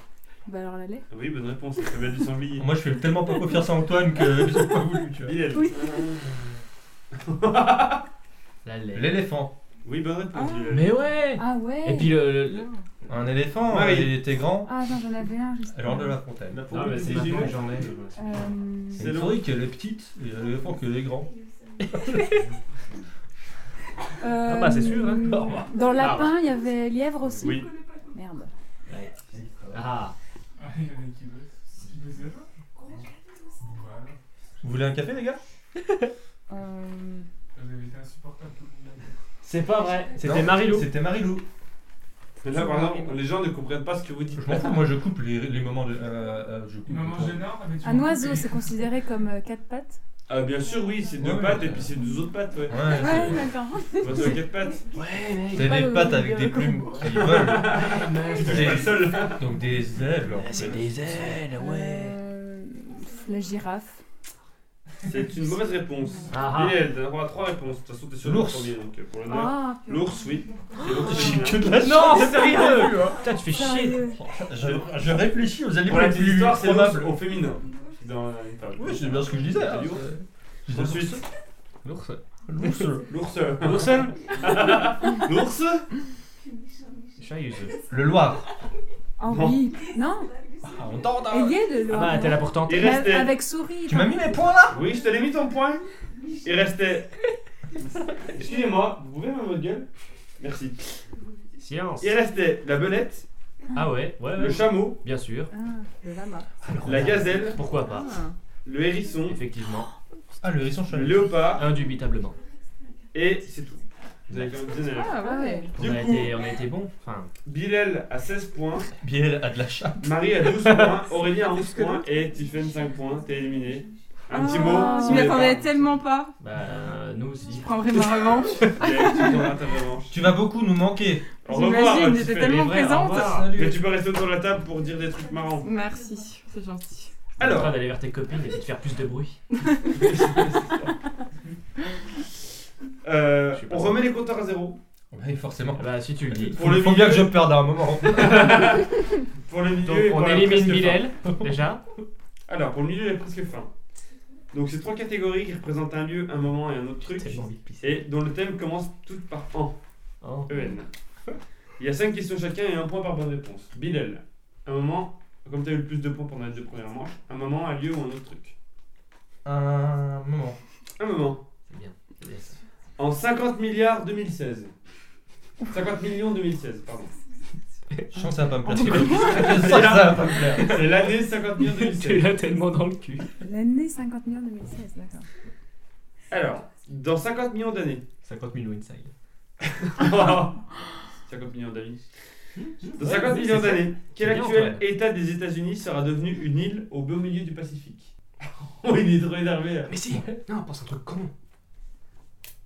Bah alors la lait. Ah Oui, bonne réponse. Ça fait bien du sanglier. Moi, je fais tellement pas confiance à Antoine que j'ai pas voulu, tu vois. Bilal. Oui. La lait. L'éléphant. Oui, bonne réponse. Ah. Bilal. Mais ouais Ah ouais. Et puis le. le- le- Non. Un éléphant, Ouais, il était grand, Ah non, j'en avais un juste. genre de la fontaine. Pour Ah, le mais c'est petit maintenant que Gilles. j'enlève. Euh, C'est une souris qui est petite, et un éléphant qui est grand. Ah bah, c'est sûr, hein. euh, Au revoir. Dans le lapin, il y avait lièvre aussi. Oui. Merde. Ouais. Ah Ah, il y en a qui bossent. Ils bossent déjà Voilà. Vous voulez un café, les gars Euh, Vous avez été insupportable tout le monde. C'est pas vrai C'était Non, Marilou C'était Marilou. Mais là, par exemple, les gens ne comprennent pas ce que vous dites. Je m'en fous, moi je coupe les, les moments de. euh, euh, je coupe. Maman gênant avec Un oiseau, c'est considéré comme euh, quatre pattes Ah, bien sûr, oui, c'est deux Ouais, pattes ouais. et puis c'est deux autres pattes, ouais. Ouais, Ouais, c'est- d'accord. Oiseau à quatre pattes. Ouais, mec T'as pas des le- pattes avec des le- plumes qui volent, Ouais, mec. Je suis pas le seul. donc des ailes. en Ah, C'est fait. des ailes, Eh ouais Euh, la girafe. C'est une mauvaise réponse. Ah, ah. Bilal, t'as le droit à trois réponses. De toute façon, t'es sur le L'ours. premier, donc euh, pour le neuf. Ah, purée. L'ours, oui. C'est l'ours J'ai féminin. que de la Non, chance sérieux Putain, tu fais chier Sérieux. je, je réfléchis aux alliés Pour la petite plus histoire, c'est l'ours probables. au féminin. Dans la- une table. Oui, c'est bien ce que je disais. hein. C'est l'ours. Ensuite, L'ours. L'ours. l'ours. L'ours L'ours Sérieux Le Loir. Henri. Non, Ah, on tente, hein. ayez Ah de l'or. bah, t'es là pour tenter Il Mais restait. Avec souris. Tu m'as mis mes points là Oui, je te l'ai mis ton point. Il restait. Excusez-moi, vous pouvez me votre gueule Merci. Science Il restait la belette, Ah ouais, ouais, le ouais. chameau, Bien sûr. Ah, le lama. la gazelle, Pourquoi pas Ah. le hérisson, Effectivement. Ah, le hérisson, je le suis léopard Indubitablement. et c'est tout. Vous avez quand même bien aimé. Ah Ah ouais. On Du a coup- été, on a été bon. Enfin, Bilal a 16 points, Biel a de la chatte. Marie a 12 points, Aurélie a 11 points et Tiffen 5 points. T'es éliminé. Un petit mot. Ah, sur Je m'y les attendais parents. tellement pas. bah, euh, nous aussi. Je prendrai ma revanche. Bilal, tu prendras ta revanche. Tu vas beaucoup nous manquer. Au revoir, J'imagine, Tiffen. j'étais tellement Les vrais, au présente. revoir. Ah, Mais tu peux rester autour de la table pour dire des trucs marrants. Merci, c'est gentil. Alors, Alors, d'aller vers tes copines et puis de faire plus de bruit. euh, Je sais pas. on remet les compteurs à zéro. Oui, forcément. Ah Bah, si tu le dis. Pour le Faut bien milieu- que je perde à un moment. Pour le milieu, Donc, et pour on la élimine presque Bilal, fin. déjà. Alors, pour le milieu, il est presque fin. Donc, c'est trois catégories qui représentent un lieu, un moment et un autre truc, Tellement envie de pisser. et dont le thème commence toutes par en, Oh. EN. Il y a cinq questions chacun et un point par bonne réponse. Bilal, un moment, comme tu as eu le plus de points pendant les deux premières manches, un moment, un lieu ou un autre truc. Un moment. Un moment. C'est bien. Yes. En 50 milliards 2016. 50 millions 2016, pardon. Je sens que ça va Oh, pas me plaire. Je sens que ça va pas me plaire. C'est l'année 50 millions Tu 2016. l'as tellement dans le cul. L'année 50 millions 2016, d'accord. Alors, dans 50 millions d'années. 50 000 Winside. 50 millions d'années. Dans Hmm. Ouais, 50 c'est millions ça. d'années, quel C'est bien, actuel Antoine. état des États-Unis sera devenu une île au beau milieu du Pacifique Oh, il est trop énervé là. Mais si Non, pense un truc con.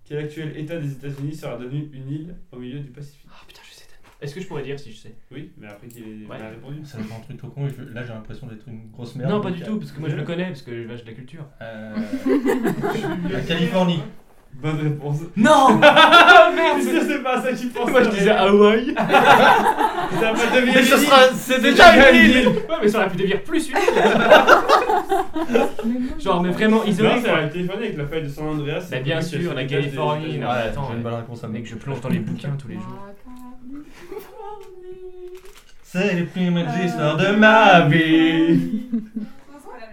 Quel actuel état des États-Unis sera devenu une île au milieu du Pacifique Ah putain, je sais tellement. Est-ce que je pourrais dire si je sais Oui, mais après qu'il ait Ouais. m'a répondu. Ça va être un truc trop con. et je- Là, j'ai l'impression d'être une grosse merde. Non, pas du Donc, tout, parce que moi je le connais, parce que je vache de la culture. Euh, la Californie. Bonne réponse. Non Ah, mais ça, c'est pas ça qu'il pense. Moi je disais Hawaï. Ça va devenir Mais une ce île. sera. C'est déjà une île. Ouais, mais ça aurait pu devenir plus une île. Genre, mais vraiment Non, isolé c'est la quoi. Californie avec la faille de San Andreas. Bah, bien sûr, la Californie, non non. mais attends, j'ai une ouais. bonne réponse à Mec, mec. je plonge dans les bouquins tous les jours. C'est les premiers histoires de ma vie.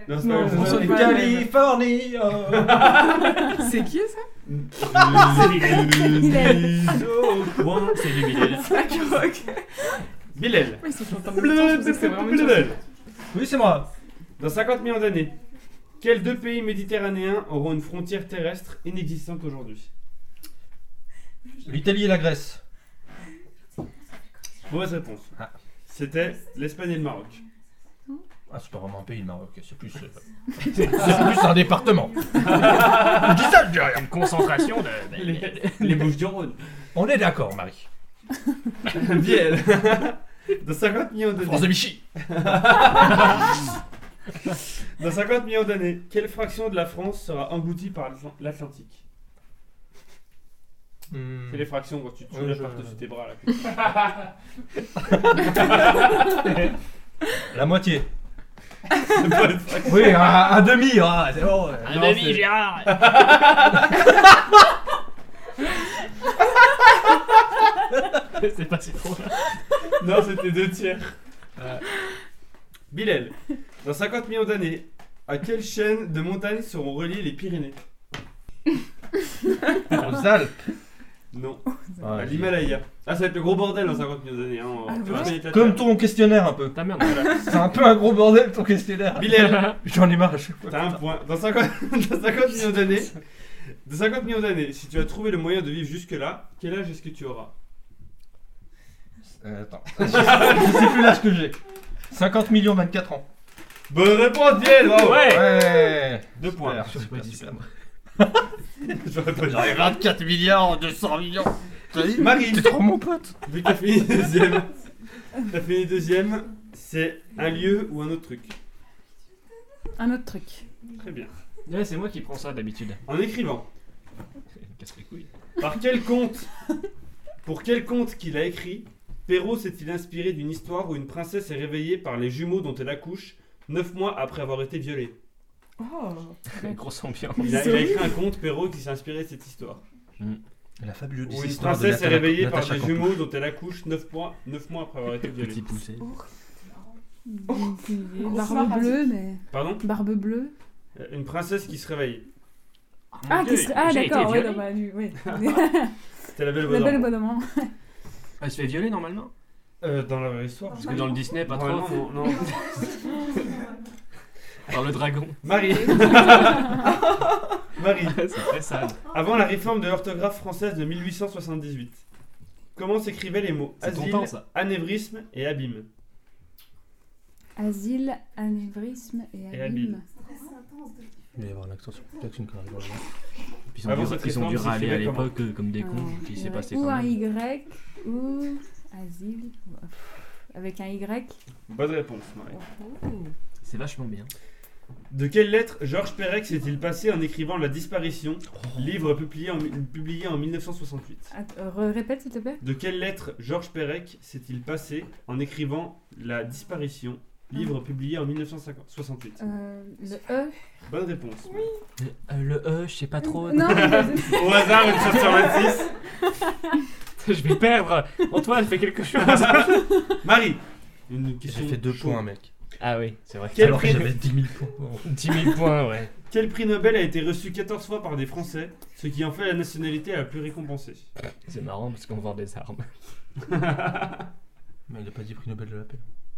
Non, Non, c'est Euh, pas on comme ça. s'en- Californie. oh. C'est qui ça C'est du Bilal. Ah, Kurok. Bilal. Oui, c'est que j'entends en même temps, je pensais que c'était vraiment une chanson. Oui, c'est moi. Dans 50 millions d'années, quels deux pays méditerranéens auront une frontière terrestre inexistante aujourd'hui L'Italie et la Grèce. Mauvaise réponse. Ah. C'était l'Espagne et le Maroc. Ah, c'est pas vraiment un pays le Maroc, c'est plus. euh, c'est plus un département. je dis ça, je dis rien. Une concentration de. Les Bouches du Rhône. On est d'accord, Marie. Bien. Dans 50 millions France de d'années. Vichy. Dans 50 millions d'années, quelle fraction de la France sera engloutie par l'Atl- l'Atlantique Hmm. C'est les fractions quand tu te Ouais, soulèves je- par-dessus tes bras là. La moitié. C'est pas une fraction. Oui, un, un demi, ah, c'est bon. ouais. Non, c'est- bah Gérard C'est pas si trop là. Non, c'était deux tiers. Bilal, dans 50 millions d'années, à quelle chaîne de montagnes seront reliées les Pyrénées Aux Alpes. Non, Ah, à l'Himalaya. Ah, ça va être le gros bordel dans 50 millions d'années. Hein. on- Ah, toute ouais. la planète la Terre. Comme ton questionnaire un peu. Ta merde. C'est un peu un gros bordel ton questionnaire. Bilal, J'en ai marre à chaque fois. t'as un point. Dans 50, dans 50 millions d'années, dans 50 millions d'années, si tu as trouvé le moyen de vivre jusque-là, quel âge est-ce que tu auras Euh, attends. je sais plus l'âge que j'ai. 50 millions 24 ans. Bonne réponse, Bilal bravo. Ouais. Ouais. Deux points. Super, super, super. J'aurais pas dit. J'en ai 24 milliards 200 millions. T'as dit Marie. T'es trop mon pote. Vu que t'as fini deuxième, t'as fini deuxième, c'est un lieu ou un autre truc. Un autre truc. Très bien. Ouais, c'est moi qui prends ça d'habitude. En écrivant, Casse les couilles. par quel conte, pour quel conte qu'il a écrit, Perrault s'est-il inspiré d'une histoire où une princesse est réveillée par les jumeaux dont elle accouche neuf mois après avoir été violée Oh. Grosse ambiance. Il a, il a écrit un conte, Perrault, qui s'est inspiré de cette histoire. La fabuleuse Où une histoire de princesse est Nathalie- réveillée par Natacha des Campos. jumeaux dont elle accouche neuf mois, neuf mois après avoir été violée. Petit poussé. Oh. Barbe bleue, mais. Pardon Barbe bleue. Euh, Une princesse qui se réveille. Ah, qu'est-ce que- ah j'ai été d'accord, ouais, violée. dans ma nuit, oui. C'était la belle La belle Bois bonne maman. Elle Ah, se fait violer normalement euh, Dans la vraie histoire. Parce que dans le Disney, pas trop. Normalement, non, non. Par le dragon. Marie Marie, C'est très sale. avant la réforme de l'orthographe française de 1878, comment s'écrivaient les mots C'est ton asile, temps ça. anévrisme et abîme Asile, anévrisme et Et abîme. abîme. Il va y avoir un accent sur l'action qui arrive. Puis ils ont Avant dû, cette ils ont dû réforme, c'est râler fait à l'époque euh, comme des cons. Alors, puis il s'est ouais. passé Ou quand un même. Y, ou asile. Avec un Y. Bonne réponse, Marie. C'est vachement bien. De quelle lettre Georges Perec s'est-il passé en écrivant La disparition, livre publié en, mi- publié en 1968 Att- euh, re- Répète s'il te plaît. De quelle lettre Georges Perec s'est-il passé en écrivant La disparition, livre publié en 1968 Euh, le E. Bonne réponse. Le, euh, le E, je sais pas trop. Non, E, Au hasard, une chance sur 26. je vais perdre. Antoine, fais quelque chose. Marie Une question. J'ai fait deux chaude. points, mec. Ah oui, c'est vrai. Quel Alors que prix- j'avais 10 000 points. 10 000 points, ouais. Quel prix Nobel a été reçu 14 fois par des Français, ce qui en fait la nationalité la plus récompensée C'est marrant parce qu'on vend des armes. Mais il a pas dit prix Nobel de la paix.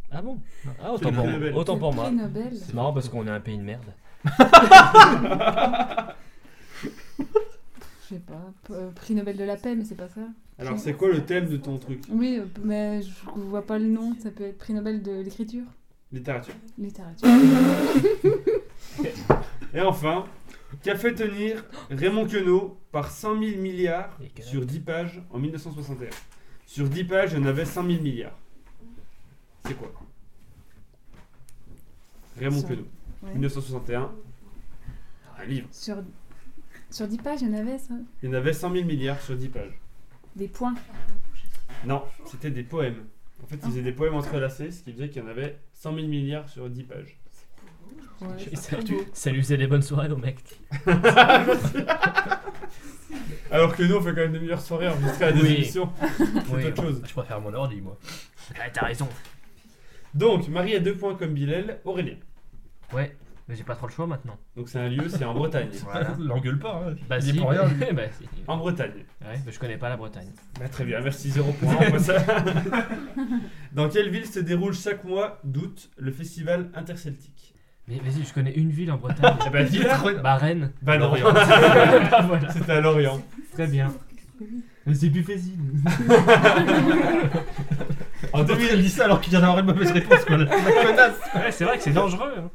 Ah bon Ah, C'est autant le pour, prix Nobel. autant pour moi. Prix Nobel. C'est marrant parce qu'on est un pays de merde. Je sais pas. p- euh, prix Nobel de la paix, mais c'est pas ça. Alors, c'est quoi le thème de ton truc Oui, euh, mais je vois pas le nom. Ça peut être prix Nobel de l'écriture, Littérature. littérature. Et enfin, qu'a fait tenir Raymond Queneau par 100 000 milliards sur 10 pages en 1961 Sur 10 pages, il y en avait 100 000 milliards. C'est quoi Raymond Ça, Queneau, ouais. 1961. Un livre. Sur, sur 10 pages, il y en avait ça. Il y en avait 100 000 milliards sur 10 pages. Des points. Non, c'était des poèmes. En fait, ils faisaient des poèmes entrelacés, ce qui faisait qu'il y en avait 100 000 milliards sur 10 pages. Ouais. Salut, salut, c'est les bonnes soirées, nos mecs. Alors que nous, on fait quand même des meilleures soirées enregistrées à des Oui. émissions. C'est Oui. autre chose. Je préfère mon ordi, moi. Ah, t'as raison. Donc, Marie a deux points comme Bilal, Aurélien. Ouais, mais j'ai pas trop le choix maintenant. Donc, c'est un lieu, c'est en Bretagne. Voilà. L'engueule pas, hein. Bah, Il est si. pour rien, lui. bah, si. En Bretagne. Ouais, mais je connais pas la Bretagne. Bah, très bien, merci, zéro point. on voit ça. Dans quelle ville se déroule chaque mois d'août le festival interceltique Mais vas-y, je connais une ville en Bretagne. Eh bah, dis-la bah, Rennes. Bah, non, bah, voilà. c'était à Lorient. Très bien. Mais c'est plus facile. En, 2000 elle dit ça alors qu'il vient d'avoir une mauvaise réponse, quoi. La connasse. Ouais, c'est vrai que c'est dangereux. hein.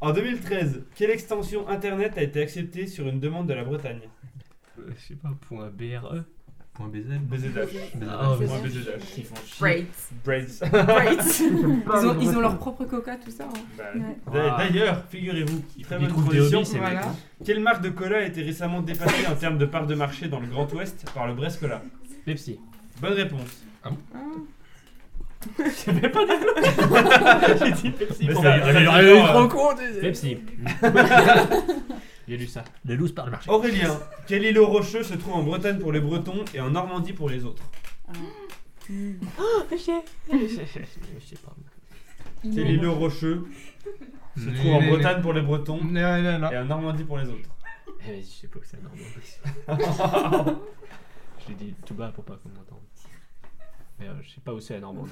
en 2013, quelle extension internet a été acceptée sur une demande de la Bretagne Euh, Je sais pas, point BRE. Point BZ. BZH. Ah, Point vas-y. BZH. Ils font chier. Braids. Braids. Braids. ils, ont, ils ont leur propre coca, tout ça. hein. Bah, Ouais. d'a- D'ailleurs, figurez-vous, très Ils bonne trouvent des transition. hobbies, ces mecs. Voilà. Quelle marque de cola a été récemment dépassée en termes de part de marché dans le Grand Ouest par le Brest Cola Pepsi. Bonne réponse. Ah. J'avais pas de J'ai dit Pepsi. Mais pour ça- moi. ça- Il y a ça- eu ça- trop- con, Pepsi. Il y a lu ça. Les loose par le marché. Aurélien, quel îlot rocheux se trouve en Bretagne pour les Bretons et en Normandie pour les autres Oh. Je sais pas. Quel îlot rocheux se Les- trouve en les- Bretagne pour les Bretons Non, non, non. et en Normandie pour les autres Eh, vas-y, je sais pas où c'est normal. je l'ai dit tout bas pour pas qu'on m'entende. Mais euh, je sais pas où c'est la Normandie.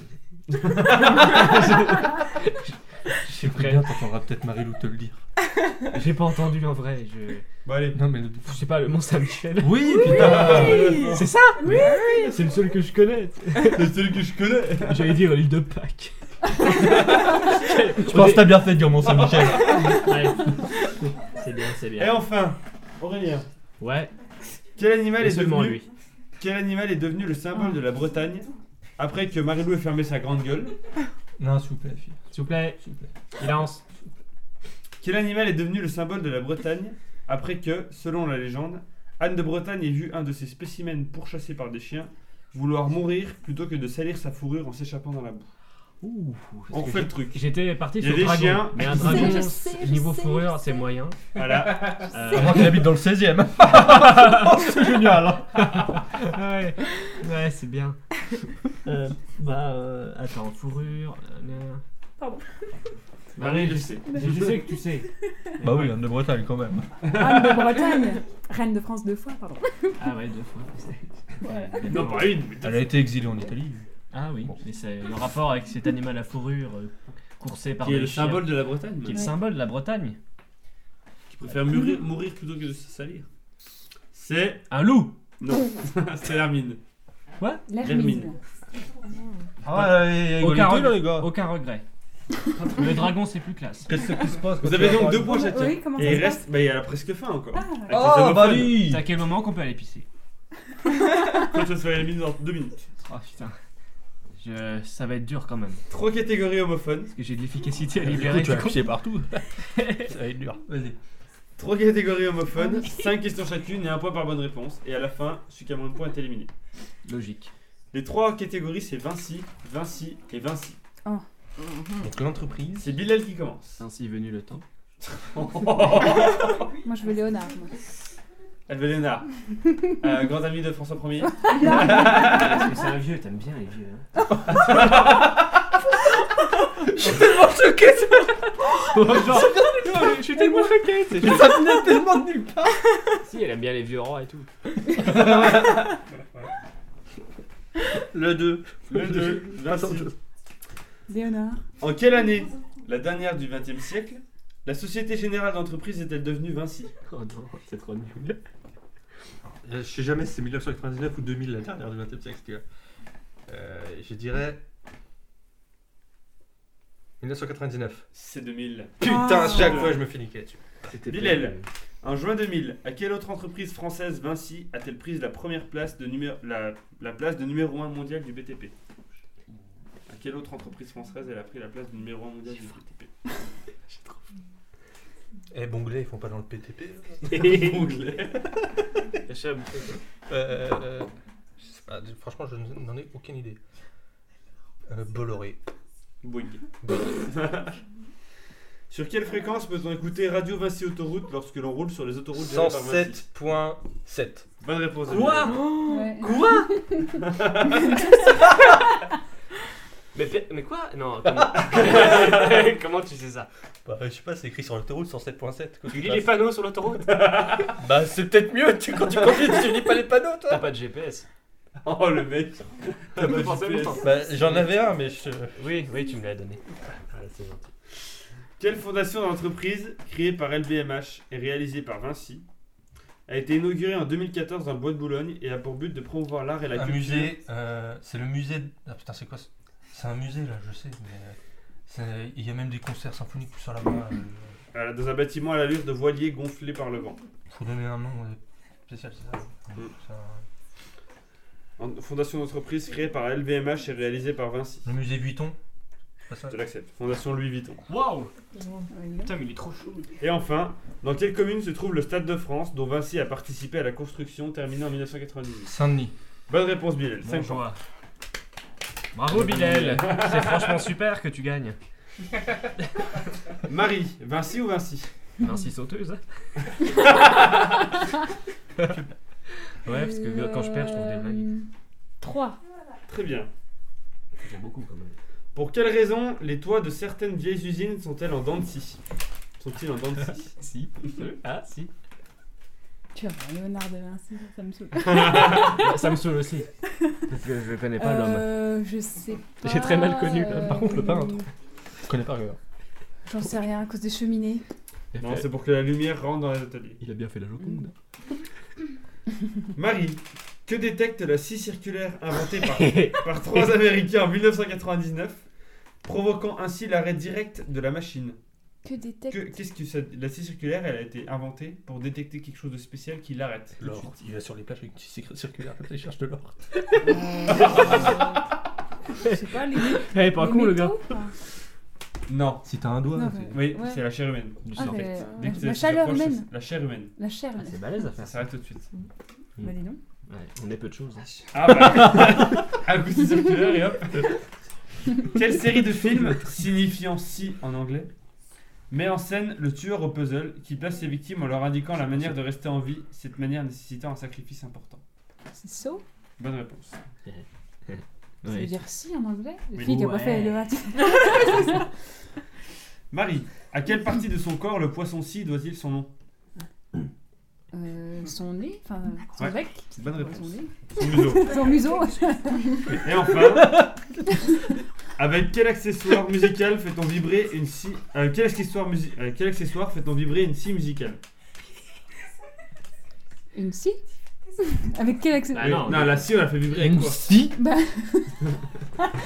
je suis prêt. Bien, t'entendras peut-être Marie-Lou te le dire. J'ai pas entendu en vrai. Je, Bon, allez. Non, mais. je sais pas, le Mont Saint-Michel. Oui, putain C'est ça Oui, C'est le seul que je connais. C'est celui que je connais J'allais dire l'île de Pâques. Je pense que t'as bien fait de dire mon Saint-Michel. Ouais. C'est bien, c'est Et bien. enfin, Aurélien, Ouais, quel animal mais est seulement devenu lui. Quel animal est devenu le symbole de la Bretagne après que Marie-Lou ait fermé sa grande gueule Non, s'il vous plaît, fille. S'il vous plaît, S'il vous plaît. silence. Quel animal est devenu le symbole de la Bretagne après que, selon la légende, Anne de Bretagne ait vu un de ses spécimens pourchassé par des chiens vouloir mourir plutôt que de salir sa fourrure en s'échappant dans la boue Ouh, On parce que fait le truc. J'étais parti Il y a sur des dragon, chiens. mais un Je sais, dragon, je sais, je niveau sais, fourrure, je c'est sais. moyen. Voilà. À Euh, moins qu'il habite dans le 16 e C'est génial hein. Euh, ouais, ouais c'est bien. Euh, bah, euh, attends, fourrure... euh, Pardon. Bah oui, je sais, je sais que tu sais. Bah oui, hein. Anne de Bretagne quand même. Anne de Bretagne Reine de France deux fois, pardon. Ah ouais, deux fois. c'est- Non, pas une, mais t'as- Elle a été exilée en Italie. Ah oui, mais c'est le rapport avec cet animal à fourrure euh, coursé par Qui est des le chiens, symbole de la Bretagne qui est même. le symbole de la Bretagne. Qui préfère mourir, mourir plutôt que de se salir. C'est. Un loup Non, c'est l'hermine. L'hermine. Ah ouais, Au égalité carotte. là les gars. Aucun regret. le dragon, c'est plus classe. Qu'est-ce qui se passe Vous avez donc deux points Comment- chacun. oui, comment ça Et il se reste. Bah, il y a presque fin encore. Ah. Avec les Oh bah homophones. oui C'est à quel moment qu'on peut aller pisser Quand ça se fait éliminer dans deux minutes. Oh putain. Je... Ça va être dur quand même. Trois catégories homophones, Parce que j'ai de l'efficacité à Du coup, libérer. tu vas coucher partout. Ça va être dur. Vas-y. trois catégories Ah, homophones, cinq questions chacune et un point par bonne réponse. Et à la fin, celui qui a moins de points est éliminé. Logique. Les trois catégories, c'est Vinci, Vinci et Vinci. Donc l'entreprise. C'est Bilal qui commence. Ainsi venu le temps. Moi, je veux Léonard. moi. Elle veut Léonard, Euh, grand ami de François 1er. Ah, Parce que c'est un vieux, t'aimes bien les vieux. Hein. Oh, je suis tellement choqué Je suis tellement choqué Ça venait tellement de nulle part. Si, elle aime bien les vieux rois et tout. Le 2. Le deux, Vinci. Léonard. En quelle année, la dernière du XXe siècle, la Société Générale d'Entreprise est-elle devenue Vinci Oh non, c'est trop nul. Euh, Je sais jamais si c'est 1999 ou 2000 la dernière du 20 e siècle. c'était, Euh, je dirais. 1999. C'est 2000. Putain, Ah. chaque fois je me fais niquer dessus. C'était Bilal. En juin 2000, à quelle autre entreprise française Vinci a-t-elle pris la première place de numéro la, la place de numéro 1 mondial du BTP À quelle autre entreprise française elle a pris la place de numéro 1 mondial du BTP Eh, Bonglais, ils font pas dans le PTP. Anglais. Euh, euh, je sais pas, franchement, je n'en ai aucune idée. Euh, Bolloré. Bouygues. Sur quelle fréquence peut-on écouter Radio Vinci Autoroute lorsque l'on roule sur les autoroutes gérées par Vinci 107.7. Bonne réponse. de Quoi Bilal. Ouais. Mais, fais- mais quoi Non, comment... comment tu sais ça Bah, je sais pas, c'est écrit sur l'autoroute 107.7. quoi. Tu lis les panneaux sur l'autoroute Bah, c'est peut-être mieux tu, quand tu conduis, tu lis pas les panneaux, T'as toi. pas de GPS Oh le mec. T'as pas Forcément, GPS. t'en- Bah, j'en avais un, mais je. Oui, oui, tu me l'as donné. Voilà, c'est gentil. Quelle fondation d'entreprise, créée par LVMH et réalisée par Vinci, a été inaugurée en 2014 dans le Bois de Boulogne et a pour but de promouvoir l'art et la un culture musée, euh, c'est le musée. de- Ah putain, c'est quoi ce- C'est un musée là, je sais, mais euh, c'est- il y a même des concerts symphoniques tout ça là-bas. euh, Voilà, dans un bâtiment à l'allure de voilier gonflé par le vent. Faut donner un nom euh, spécial, c'est ça Mm. C'est un- En- fondation d'entreprise créée par LVMH et réalisée par Vinci. Le musée Vuitton C'est pas ça Je l'accepte. Fondation Louis Vuitton. Waouh Ouais. Putain, mais il est trop chaud. Et enfin, dans quelle commune se trouve le Stade de France dont Vinci a participé à la construction terminée en 1998 Saint-Denis. Bonne réponse, Bilal. Cinq Bonjour. Bravo Bilal C'est franchement super que tu gagnes. Marie, Vinci ou Vinci Vinci sauteuse. hein. ouais, parce que quand je perds, je trouve des blagues. euh, 3. Très bien. J'aime beaucoup quand même. Pour quelles raisons les toits de certaines vieilles usines sont-elles en dents de scie Sont-ils en dents de scie Si. Ah, si. Tu vois, Léonard de Vinci, ça me saoule. Ah, Ça me saoule aussi. Parce que je connais pas l'homme. Euh, je sais pas. J'ai très mal connu l'homme, par contre, le peintre. euh, Je connais pas, regarde. J'en sais rien, à cause des cheminées. Eh, Non, c'est pour que la lumière rentre dans les ateliers. Il a bien fait la Joconde. Marie, que détecte la scie circulaire inventée eh, par, par trois Américains en 1999, provoquant ainsi l'arrêt direct de la machine Que détecte Que- Qu'est-ce que ça- la scie circulaire Elle a été inventée pour détecter quelque chose de spécial qui l'arrête. L'or. Il va sur les plages avec une petite circulaire, comme ça, il cherche de l'or. Je sais pas, les. Eh, pas les con le gars. métaux, Ah, enfin. Non. Si t'as un doigt, Non, c'est- Oui, mais- Ouais. c'est la chair humaine. du Ah, sang. mais, Dès que la ça chaleur s'approche, humaine. c'est La chair humaine. La chair. Ah, c'est balèze à Ça faire ça. s'arrête tout de suite. Bah dis donc. Ouais, on est peu de choses. hein. Ah bah Un coup de scie circulaire et hop Quelle série de films, signifiant si en anglais, met en scène le tueur au puzzle qui place ses victimes en leur indiquant la manière de rester en vie, cette manière nécessitant un sacrifice important C'est so Bonne réponse. Ça veut Ouais. dire si en anglais La Oui. fille qui a pas Ouais. fait le rat. Marie, à quelle partie de son corps le poisson scie doit-il son nom Euh, son nez, enfin son Ouais. bec. Bonne Son réponse. nez. Son museau. Son museau. Et enfin, avec quel accessoire musical fait-on vibrer une scie euh, quel, accessoire musi- euh, quel accessoire fait-on vibrer une scie musicale Une scie Avec quel accent Ah non, Bah, non, la scie on la fait vibrer avec Une quoi scie Bah.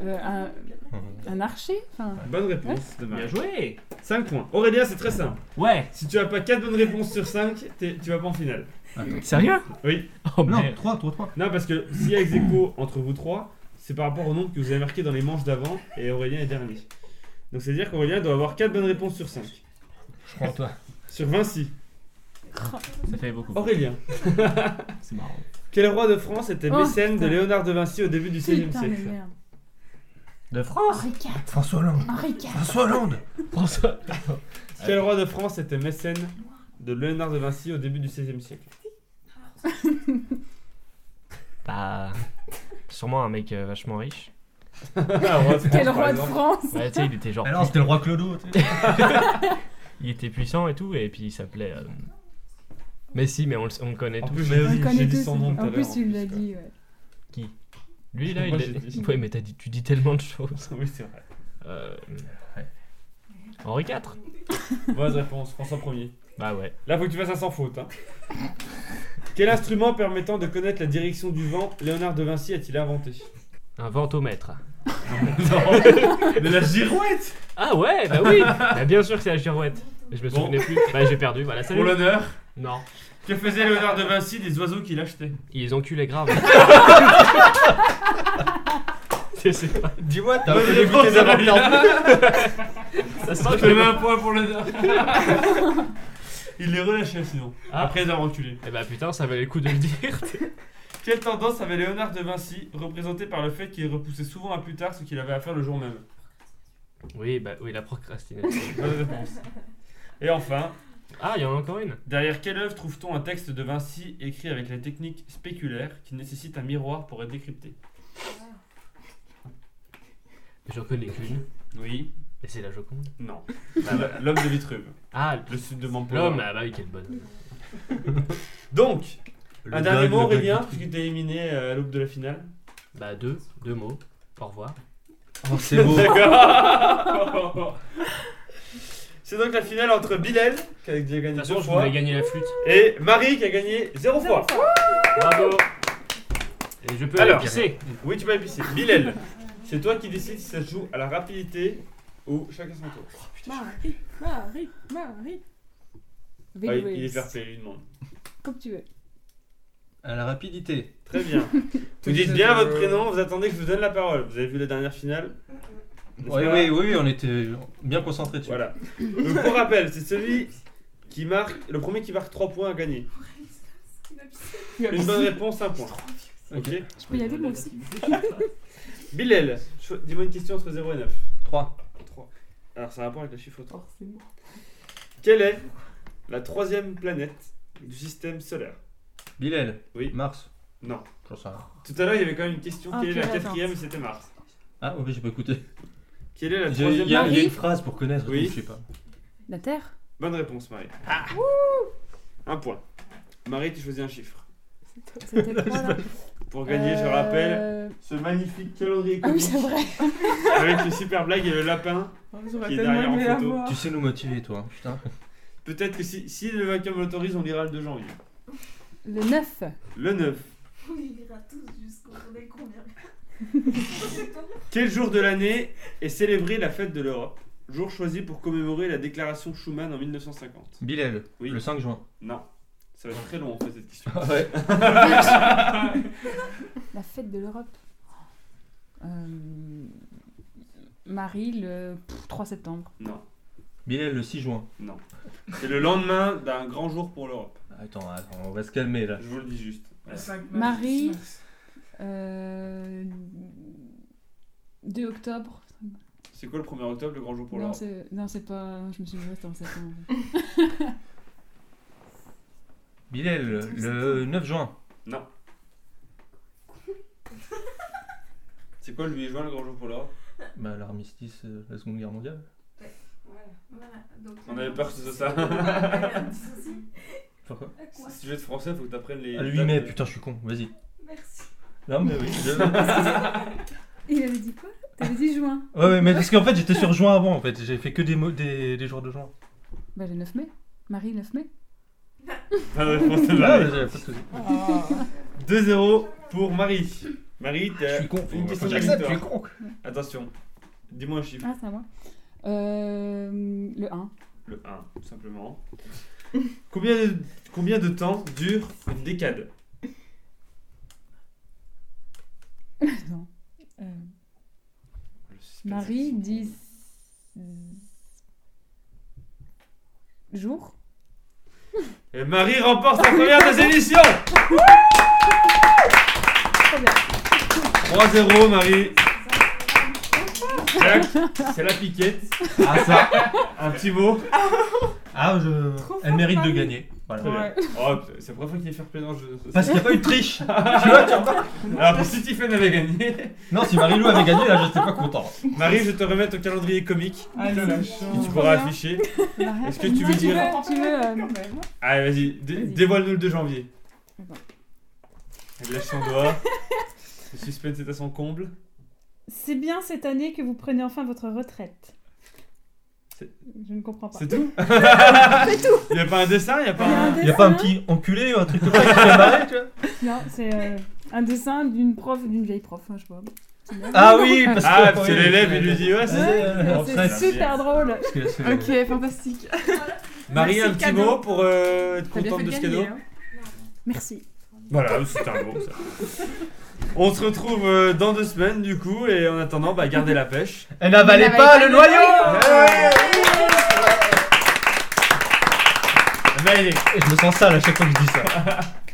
Euh, un, un archer enfin, Bonne réponse de Bien Marie. joué 5 points. Aurélien, c'est très simple. Ouais Si tu as pas 4 bonnes réponses sur 5, tu vas pas en finale. Sérieux Oui. Oh Ah, Non, merde 3, 3, 3. Non, parce que s'il y a ex aequo entre vous trois, c'est par rapport au nombre que vous avez marqué dans les manches d'avant et Aurélien est dernier. Donc c'est-à-dire qu'Aurélien doit avoir 4 bonnes réponses sur 5. Je prends toi. Sur Vinci. Ça fait Oh. beaucoup. Aurélien. C'est marrant. Quel roi de France était Oh, mécène de putain. Léonard de Vinci au début du XVIe Putain de siècle merde. De France Henri IV. François Hollande. Henri IV. François Hollande François Quel roi de France était mécène de Léonard de Vinci au début du XVIe siècle Bah. Sûrement un mec euh, vachement riche. Un roi de France, Quel par roi de exemple. France Ouais, tu sais, il était genre. Alors, c'était le roi Clodo, tu sais. Il était puissant et tout, et puis il s'appelait. euh, Messi, mais on le, on le connaît En tous. plus, On j'ai le j'ai connaît dit tous. son nom tout à En l'heure. plus, tu l'as quoi. dit. ouais. Lui, là, Moi, il j'ai dit. est... Ouais, mais t'as dit, tu dis tellement de choses. Oui, c'est vrai. Euh... Henri IV Bonne réponse, François 1er. Bah ouais. Là, faut que tu fasses un sans faute. hein. Quel instrument permettant de connaître la direction du vent Léonard de Vinci a-t-il inventé Un ventomètre. De la girouette Ah ouais, bah oui Bah bien sûr que c'est la girouette. Je me Bon. souvenais plus. Bah j'ai perdu, voilà, salut. Pour l'honneur. Non. Que faisait Léonard de Vinci des oiseaux qu'il achetait Ils enculés grave. c'est c'est pas... Dis-moi, Bonne réponse, Aurélien. Ça Je sent te mets que... un point pour l'honneur. Il les relâchait sinon. Après les avoir enculés. Eh bah putain, ça valait le coup de le dire. Quelle tendance avait Léonard de Vinci, représentée par le fait qu'il repoussait souvent à plus tard ce qu'il avait à faire le jour même Oui, bah oui, la procrastination. Bonne réponse. Et enfin, Ah, il y en a encore une Derrière quelle œuvre trouve-t-on un texte de Vinci écrit avec la technique spéculaire qui nécessite un miroir pour être décrypté J'en connais qu'une. Oui. Et c'est la Joconde. Non. bah, L'homme de Vitruve. Ah, Le sud de Mampolo. l'homme, ah bah oui, quelle bonne. Donc, un dernier dog, mot, le dog. Aurélien, puisque t'es éliminé euh, à l'aube de la finale. Bah deux, deux mots. Au revoir. Oh, c'est beau. D'accord. C'est donc la finale entre Bilal, qui a déjà De gagné toute deux façon, je fois, voulais gagner la flûte. et Marie, qui a gagné zéro fois. Bravo Et je peux Alors, aller pisser. Oui, tu peux épicer. Bilal, c'est toi qui décides si ça se joue à la rapidité ou chacun son tour. Marie, Marie, Marie. Ah, il, il est Vegas. fair play, lui demande. Comme tu veux. À la rapidité. Très bien. Vous dites bien votre prénom, vous attendez que je vous donne la parole. Vous avez vu la dernière finale N'est-ce Oui, pas oui, oui, on était bien concentrés dessus. Voilà. Donc, pour rappel, c'est celui qui marque, le premier qui marque 3 points à gagner. Une bonne réponse, 1 point. Ok. Je peux y aller moi aussi. Bilal, cho- dis-moi une question entre 0 et 9. 3. Alors, ça a rapport avec le chiffre 3. Forcément. Quelle est la troisième planète du système solaire Bilal. Oui. Mars. Non. J'en sais rien. Tout à l'heure, il y avait quand même une question. Ah, Quelle est la purée, attends. quatrième et C'était Mars. Ah, ouais, j'ai pas écouté. Quelle est la Il y a- il troisième y, a il y a Marie. une phrase pour connaître, Oui. je sais pas. La Terre Bonne réponse, Marie. Ah. un point. Marie, tu choisis un chiffre. C'était quoi là Pour gagner, je rappelle, Euh, ce magnifique calendrier Ah oui, comique c'est vrai. avec les super blagues et le lapin. Oh, J'aurais Qui est tellement derrière en aimé photo. l'avoir. Tu sais nous motiver, toi. hein, Putain. Peut-être que si, si le vacuum l'autorise, on l'ira le 2 janvier. Le 9. Le 9. On ira tous jusqu'au journée combien Quel jour de l'année est célébrée la fête de l'Europe Jour choisi pour commémorer la déclaration Schuman en 1950. Bilal. Oui. Le 5 juin. Non. Ça va être très long en fait cette question. Ah ouais. La fête de l'Europe. Euh, Marie, le pff, 3 septembre. Non. Bilal, le 6 juin. Non. C'est le lendemain d'un grand jour pour l'Europe. Attends, attends, on va se calmer là. Je vous le dis juste. Voilà. Marie. Euh, 2 octobre. C'est quoi le 1er octobre, le grand jour pour non, l'Europe c'est, non, c'est pas. Je me suis dit, ouais, c'était en septembre. Bilal, le- le 9 juin. C'est quoi le 8 juin, le grand jour pour l'Europe Bah, l'armistice, euh, la seconde guerre mondiale. Voilà, donc- euh, On avait peur que ce soit ça. Ah, merde, c'est aussi. Pourquoi Ah, quoi Si tu veux être français, faut que t'apprennes les. Ah, Le 8 mai, putain, je suis con, vas-y. Merci. Non, mais oui. je- Il avait dit quoi T'avais dit juin. Ouais, ouais, mais parce qu'en fait, j'étais sur juin avant, en fait. J'ai fait que des, mo- des, des jours de juin. Bah, le 9 mai. Marie, le 9 mai. Bonne réponse de Ah, Marie. ouais, j'avais pas de soucis. 2-0 pour Marie. Marie, Ah, t'as une question de victoire. con. Attention. Dis-moi un chiffre. Ah, c'est à moi. Euh, le 1. Le 1, tout simplement. combien, de, combien de temps dure une décade Non. Euh, Le suspense. Marie, 10 jours. Et Marie remporte sa première des émissions 3-0 Marie C'est la- C'est la piquette. Ah, ça. Un petit mot. Ah, je. Trop Elle fort, mérite de Marie. gagner. Voilà. Très bien. Oh, c'est la première fois qu'il est fair play dans le jeu. Parce qu'il n'y a pas eu de triche. tu vois, tu vois. Alors si Tiffen avait gagné, Non, si Marie-Lou avait gagné, là, j'étais pas content. Marie, je te remets ton calendrier comique Ah, il a la que chance. tu pourras afficher. Est-ce que tu veux Tu veux, dire tu veux, euh, Quand même. Allez, vas-y, dé- Vas-y. dévoile-nous le 2 janvier. Attends. Elle lâche son doigt. Le suspense est à son comble. C'est bien cette année que vous prenez enfin votre retraite. C'est- Je ne comprends pas. C'est tout Il n'y a pas un dessin, il n'y a pas un... Il n'y a pas un petit enculé ou un truc comme ça qui te fait marrer, tu vois Non, c'est euh, un dessin d'une prof, d'une vieille prof, hein, je sais pas. Ah oui, parce que. Ah, parce oui, que l'élève, oui, il lui dit Ouais, c'est... Ouais, c'est ça. ouais, c'est- Super drôle. parce que c'est- Ok, fantastique. Marie, Merci, un petit cadeau. mot pour euh, être T'as bien fait contente de de ce cadeau gagner. hein. Merci. Voilà, c'était un mot, ça. On se retrouve euh, dans deux semaines, du coup, et en attendant, bah, gardez la pêche. Elle n'avalait pas le noyau Allez Et Je me sens sale à chaque fois que je dis ça.